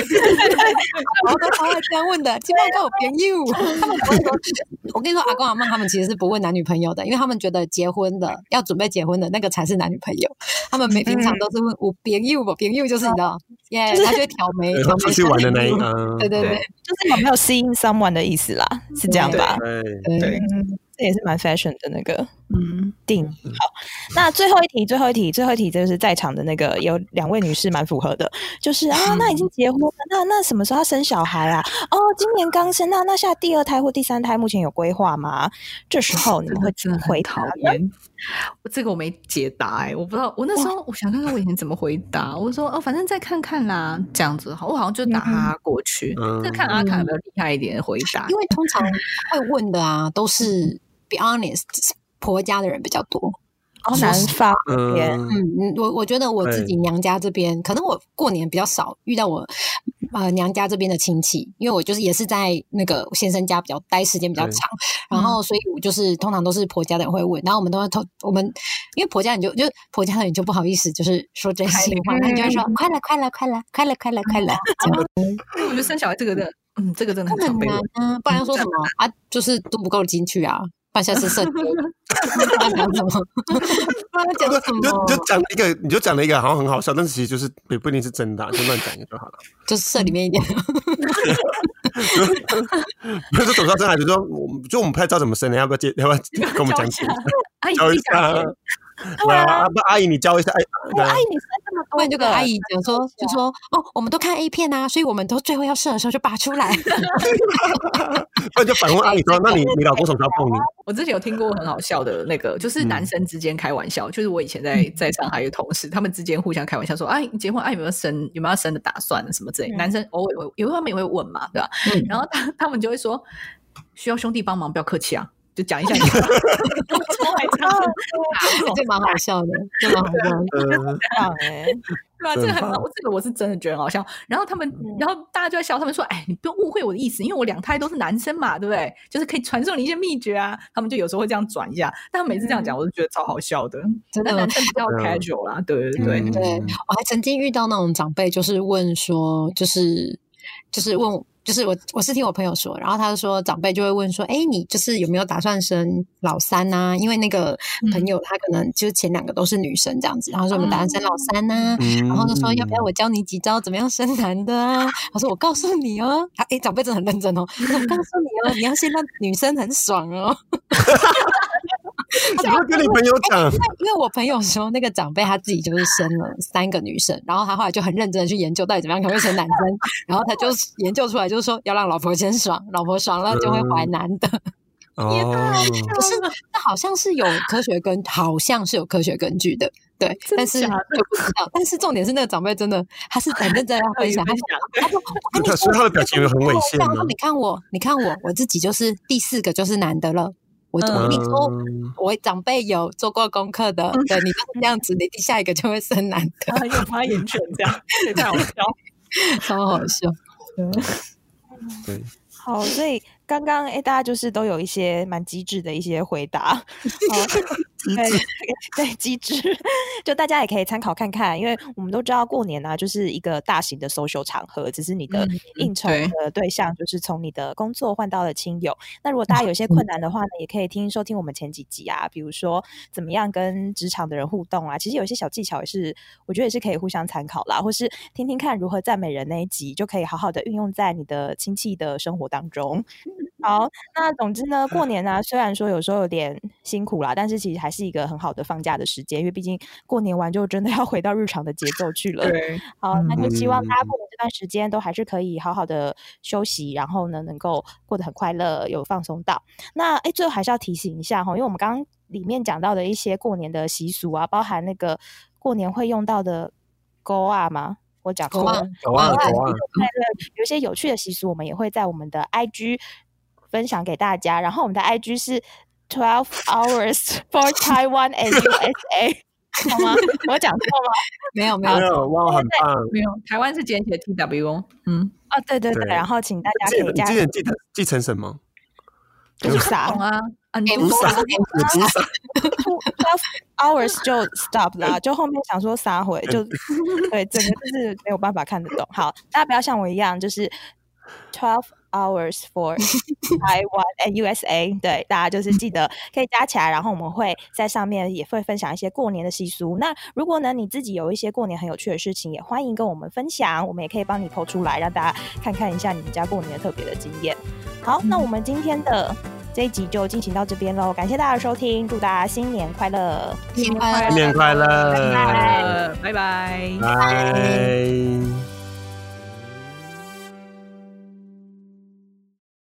B: 然后都超爱这样问的，金茂跟我朋友，啊他们不会说。我跟你说，阿公阿妈他们其实是不问男女朋友的，因为他们觉得结婚的要准备结婚的那个才是男女朋友，他们每平常都是问我朋友吧，朋友就是你知道，耶，他嗯哦就会挑眉，
D: 对
B: 挑眉
D: 出去玩的那一
B: 挑眉
D: 嗯
B: 对对对
A: 就是有没有 seeing someone 的意思啦，是这样吧？
D: 对，
C: 对，
A: 嗯，这也是蛮 fashion 的那个。
C: 嗯，
A: 定好，那最后一题，最后一题，最后一题，就是在场的那个有两位女士蛮符合的，就是
C: 嗯
A: 啊，那已经结婚了，那那什么时候要生小孩啊？哦，今年刚生，那那下第二胎或第三胎，目前有规划吗？这时候你
C: 这
A: 们
C: 个
A: 会怎
C: 真的
A: 么
C: 很
A: 回
C: 讨
A: 答呢？
C: 厌。我这个我没解答哎、我不知道。我那时候我想看看我以前怎么回答，我说哦，反正再看看啦，这样子哈。我
A: 嗯
C: 好像就打哈哈过去，
D: 嗯
C: 再看阿卡有没有厉害一点的回答
A: 嗯
B: 因。为通常会问的啊，都是 be honest，婆家的人比较多。
A: 哦，南方边
D: 嗯，
B: 嗯，嗯，我我觉得我自
D: 对
B: 己娘家这边，可能我过年比较少遇到我呃娘家这边的亲戚，因为我就是也是在那个先生家比较待时间比较
D: 对
B: 长，然后所以我就是通常都是婆家的人会问，然后我们都会通我们因为婆家你就就婆家的人就不好意思就是说真心话，那你就会说快了快了快了快了快了快了，这样
C: 我觉得生小孩这个真的，嗯，这个真的很
B: 这
C: 常
B: 很
C: 被
B: 难
C: 问。
B: 啊，不然说什么啊，就是都不够进去啊，不然下次剩不然讲什么， 不然讲什
D: 你就
B: 么
D: 你。就讲一个，你就讲了一个好像很好笑，但是其实就是也不一定是真的啊，就乱讲一个就好了。
B: 就是社里面一点，
D: 不是总是要真孩子说，我们就我们不太知道怎么生的，要不要接？要不要跟我们讲解？
C: 阿姨
D: 教一
C: 下
D: 下
C: 姐，，
D: 对啊，不阿姨你教一下，
A: 我啊阿
D: 哎，
A: 姨，你生这么
B: 不
A: 多
B: 然
A: 个，
B: 就跟阿姨讲说，就说 哦，我们都看 A 片啊，所以我们都最后要射的时候就拔出来。
D: 不然就反问阿姨说：“那你你老公什么时候碰你
C: 我之前有听过很好笑的那个，就是
D: 嗯
C: 男生之间开玩笑，就是我以前在在上海有同事，他们之间互相开玩笑说：“哎，你结婚哎、有没有生有没有要生的打算啊什么之类。
A: 嗯
C: 男生偶尔会，因为他们也会问嘛，对吧？
B: 嗯
C: 然后他他们就会说：“需要兄弟帮忙，不要客气啊，就讲 一下你。”
A: 哦
B: 这蛮好笑的，这蛮好笑的。？”
D: 呃
A: 棒哎，
C: 对啊，这
D: 真
C: 个很好
D: 棒，
C: 这个我是真的觉得很好笑。然后他们，然后大家就在笑，他们说：“哎，你不用误会我的意思，因为我两胎都是男生嘛，对不对？就是可以传授你一些秘诀啊。”他们就有时候会这样转一下，但他每次这样讲，我就觉得超好笑的。
B: 真的
C: 但男生比较
D: 嗯
C: casual 啦，对对对。
D: 嗯
B: 对我还曾经遇到那种长辈，就是问说，就是就是问我，就是我我是听我朋友说，然后他就说长辈就会问说，哎，你就是有没有打算生老三呐、因为那个
D: 嗯
B: 朋友他可能就是前两个都是女生这样子，然后说我们打算生老三呐、
D: 嗯
B: 然后就说要不要我教你几招怎么样生男的啊？我说我告诉你哦，啊哎长辈真的很认真哦，我说我告诉你哦，你要先让女生很爽 哦。
D: 怎么会跟你朋友讲？
B: 因为因为我朋友说，那个长辈他自己就是生了三个女生，然后他后来就很认真的去研究到底怎么样可能会生男 生，然后他就研究出来，就是说要让老婆先爽，老婆爽了就会怀男的。
D: 哦，
B: 可是这好像是有科学根，好像是有科学根据的，对，
C: 真
B: 但是
C: 假
B: 就
C: 的
B: 不知道。但是重点是那个长辈真的，他是很认真地要 分享，他
C: 分
B: 说
C: 享
B: 他说，我跟你
D: 可
B: 说，
D: 是他的表情有很猥亵吗
B: 他说你看我，你看我，我自己就是第四个就是男的了。我我跟你说，
D: 嗯
B: 我长辈有做过功课的，对你就是这样子，你下一个就会生男的，
C: 很有发言权，这样这太好笑。
B: 超好笑。
D: 对，
A: 好，所以刚刚哎，大家就是都有一些蛮机智的一些回答，好对 对机智， 就大家也可以参考看看，因为我们都知道过年呢、就是一个大型的 social 场合，只是你的
C: 嗯
A: 应酬
C: 对
A: 的对象就是从你的工作换到了亲友。那如果大家有
C: 嗯
A: 一些困难的话呢，也可以听收听我们前几集啊，比如说怎么样跟职场的人互动啊，其实有一些小技巧也是我觉得也是可以互相参考啦，或是听听看如何赞美人那一集，就可以好好的运用在你的亲戚的生活当中。好，那总之呢，过年呢、虽然说有时候有点辛苦啦，但是其实还是一个很好的放假的时间，因为毕竟过年完就真的要回到日常的节奏去了。
C: 对，
A: 好，那就希望大家
D: 嗯
A: 过年这段时间都还是可以好好的休息，然后呢，能够过得很快乐，有放松到。那哎，最后还是要提醒一下哈，因为我们刚刚里面讲到的一些过年的习俗啊，包含那个过年会用到的勾啊嘛，我讲
B: 狗
A: 过
B: 啊
A: 了
D: 有啊有啊，
A: 对对，有一些有趣的习俗，我们也会在我们的 IG 分享给大家。然后我们的 IG 是 Twelve Hours for Taiwan and USA，好 吗？我讲错吗？
B: 没有没有
D: 没，有哇，很棒。
C: 没有台湾是简写 T W O，嗯，
A: 啊，对对对，
D: 对
A: 然后请大家
D: 记
A: 可以
D: 你
A: 加
D: 之前记得记成什么？
A: 就是
C: 懂
A: 啥
C: 啊啊，
A: 哎
C: 你
B: 不
C: 不
B: 傻
C: 傻，
D: 你不是
A: twelve hours 就 stop 啦，就后面想说撒回就 对，整个就是没有办法看得懂。好，大家不要像我一样，就是 twelve hours for Taiwan and USA。对，大家就是记得可以加起来，然后我们会在上面也会分享一些过年的习俗。那如果呢你自己有一些过年很有趣的事情，也欢迎跟我们分享，我们也可以帮你剖出来，让大家看看一下你们家过年的特别的经验。好，那我们今天的这一集就进行到这边喽，感谢大家的收听，祝大家新年快乐！
C: 啊
B: 新年快乐
D: 新年快乐，
A: 拜
C: 呃，拜拜。
D: 拜。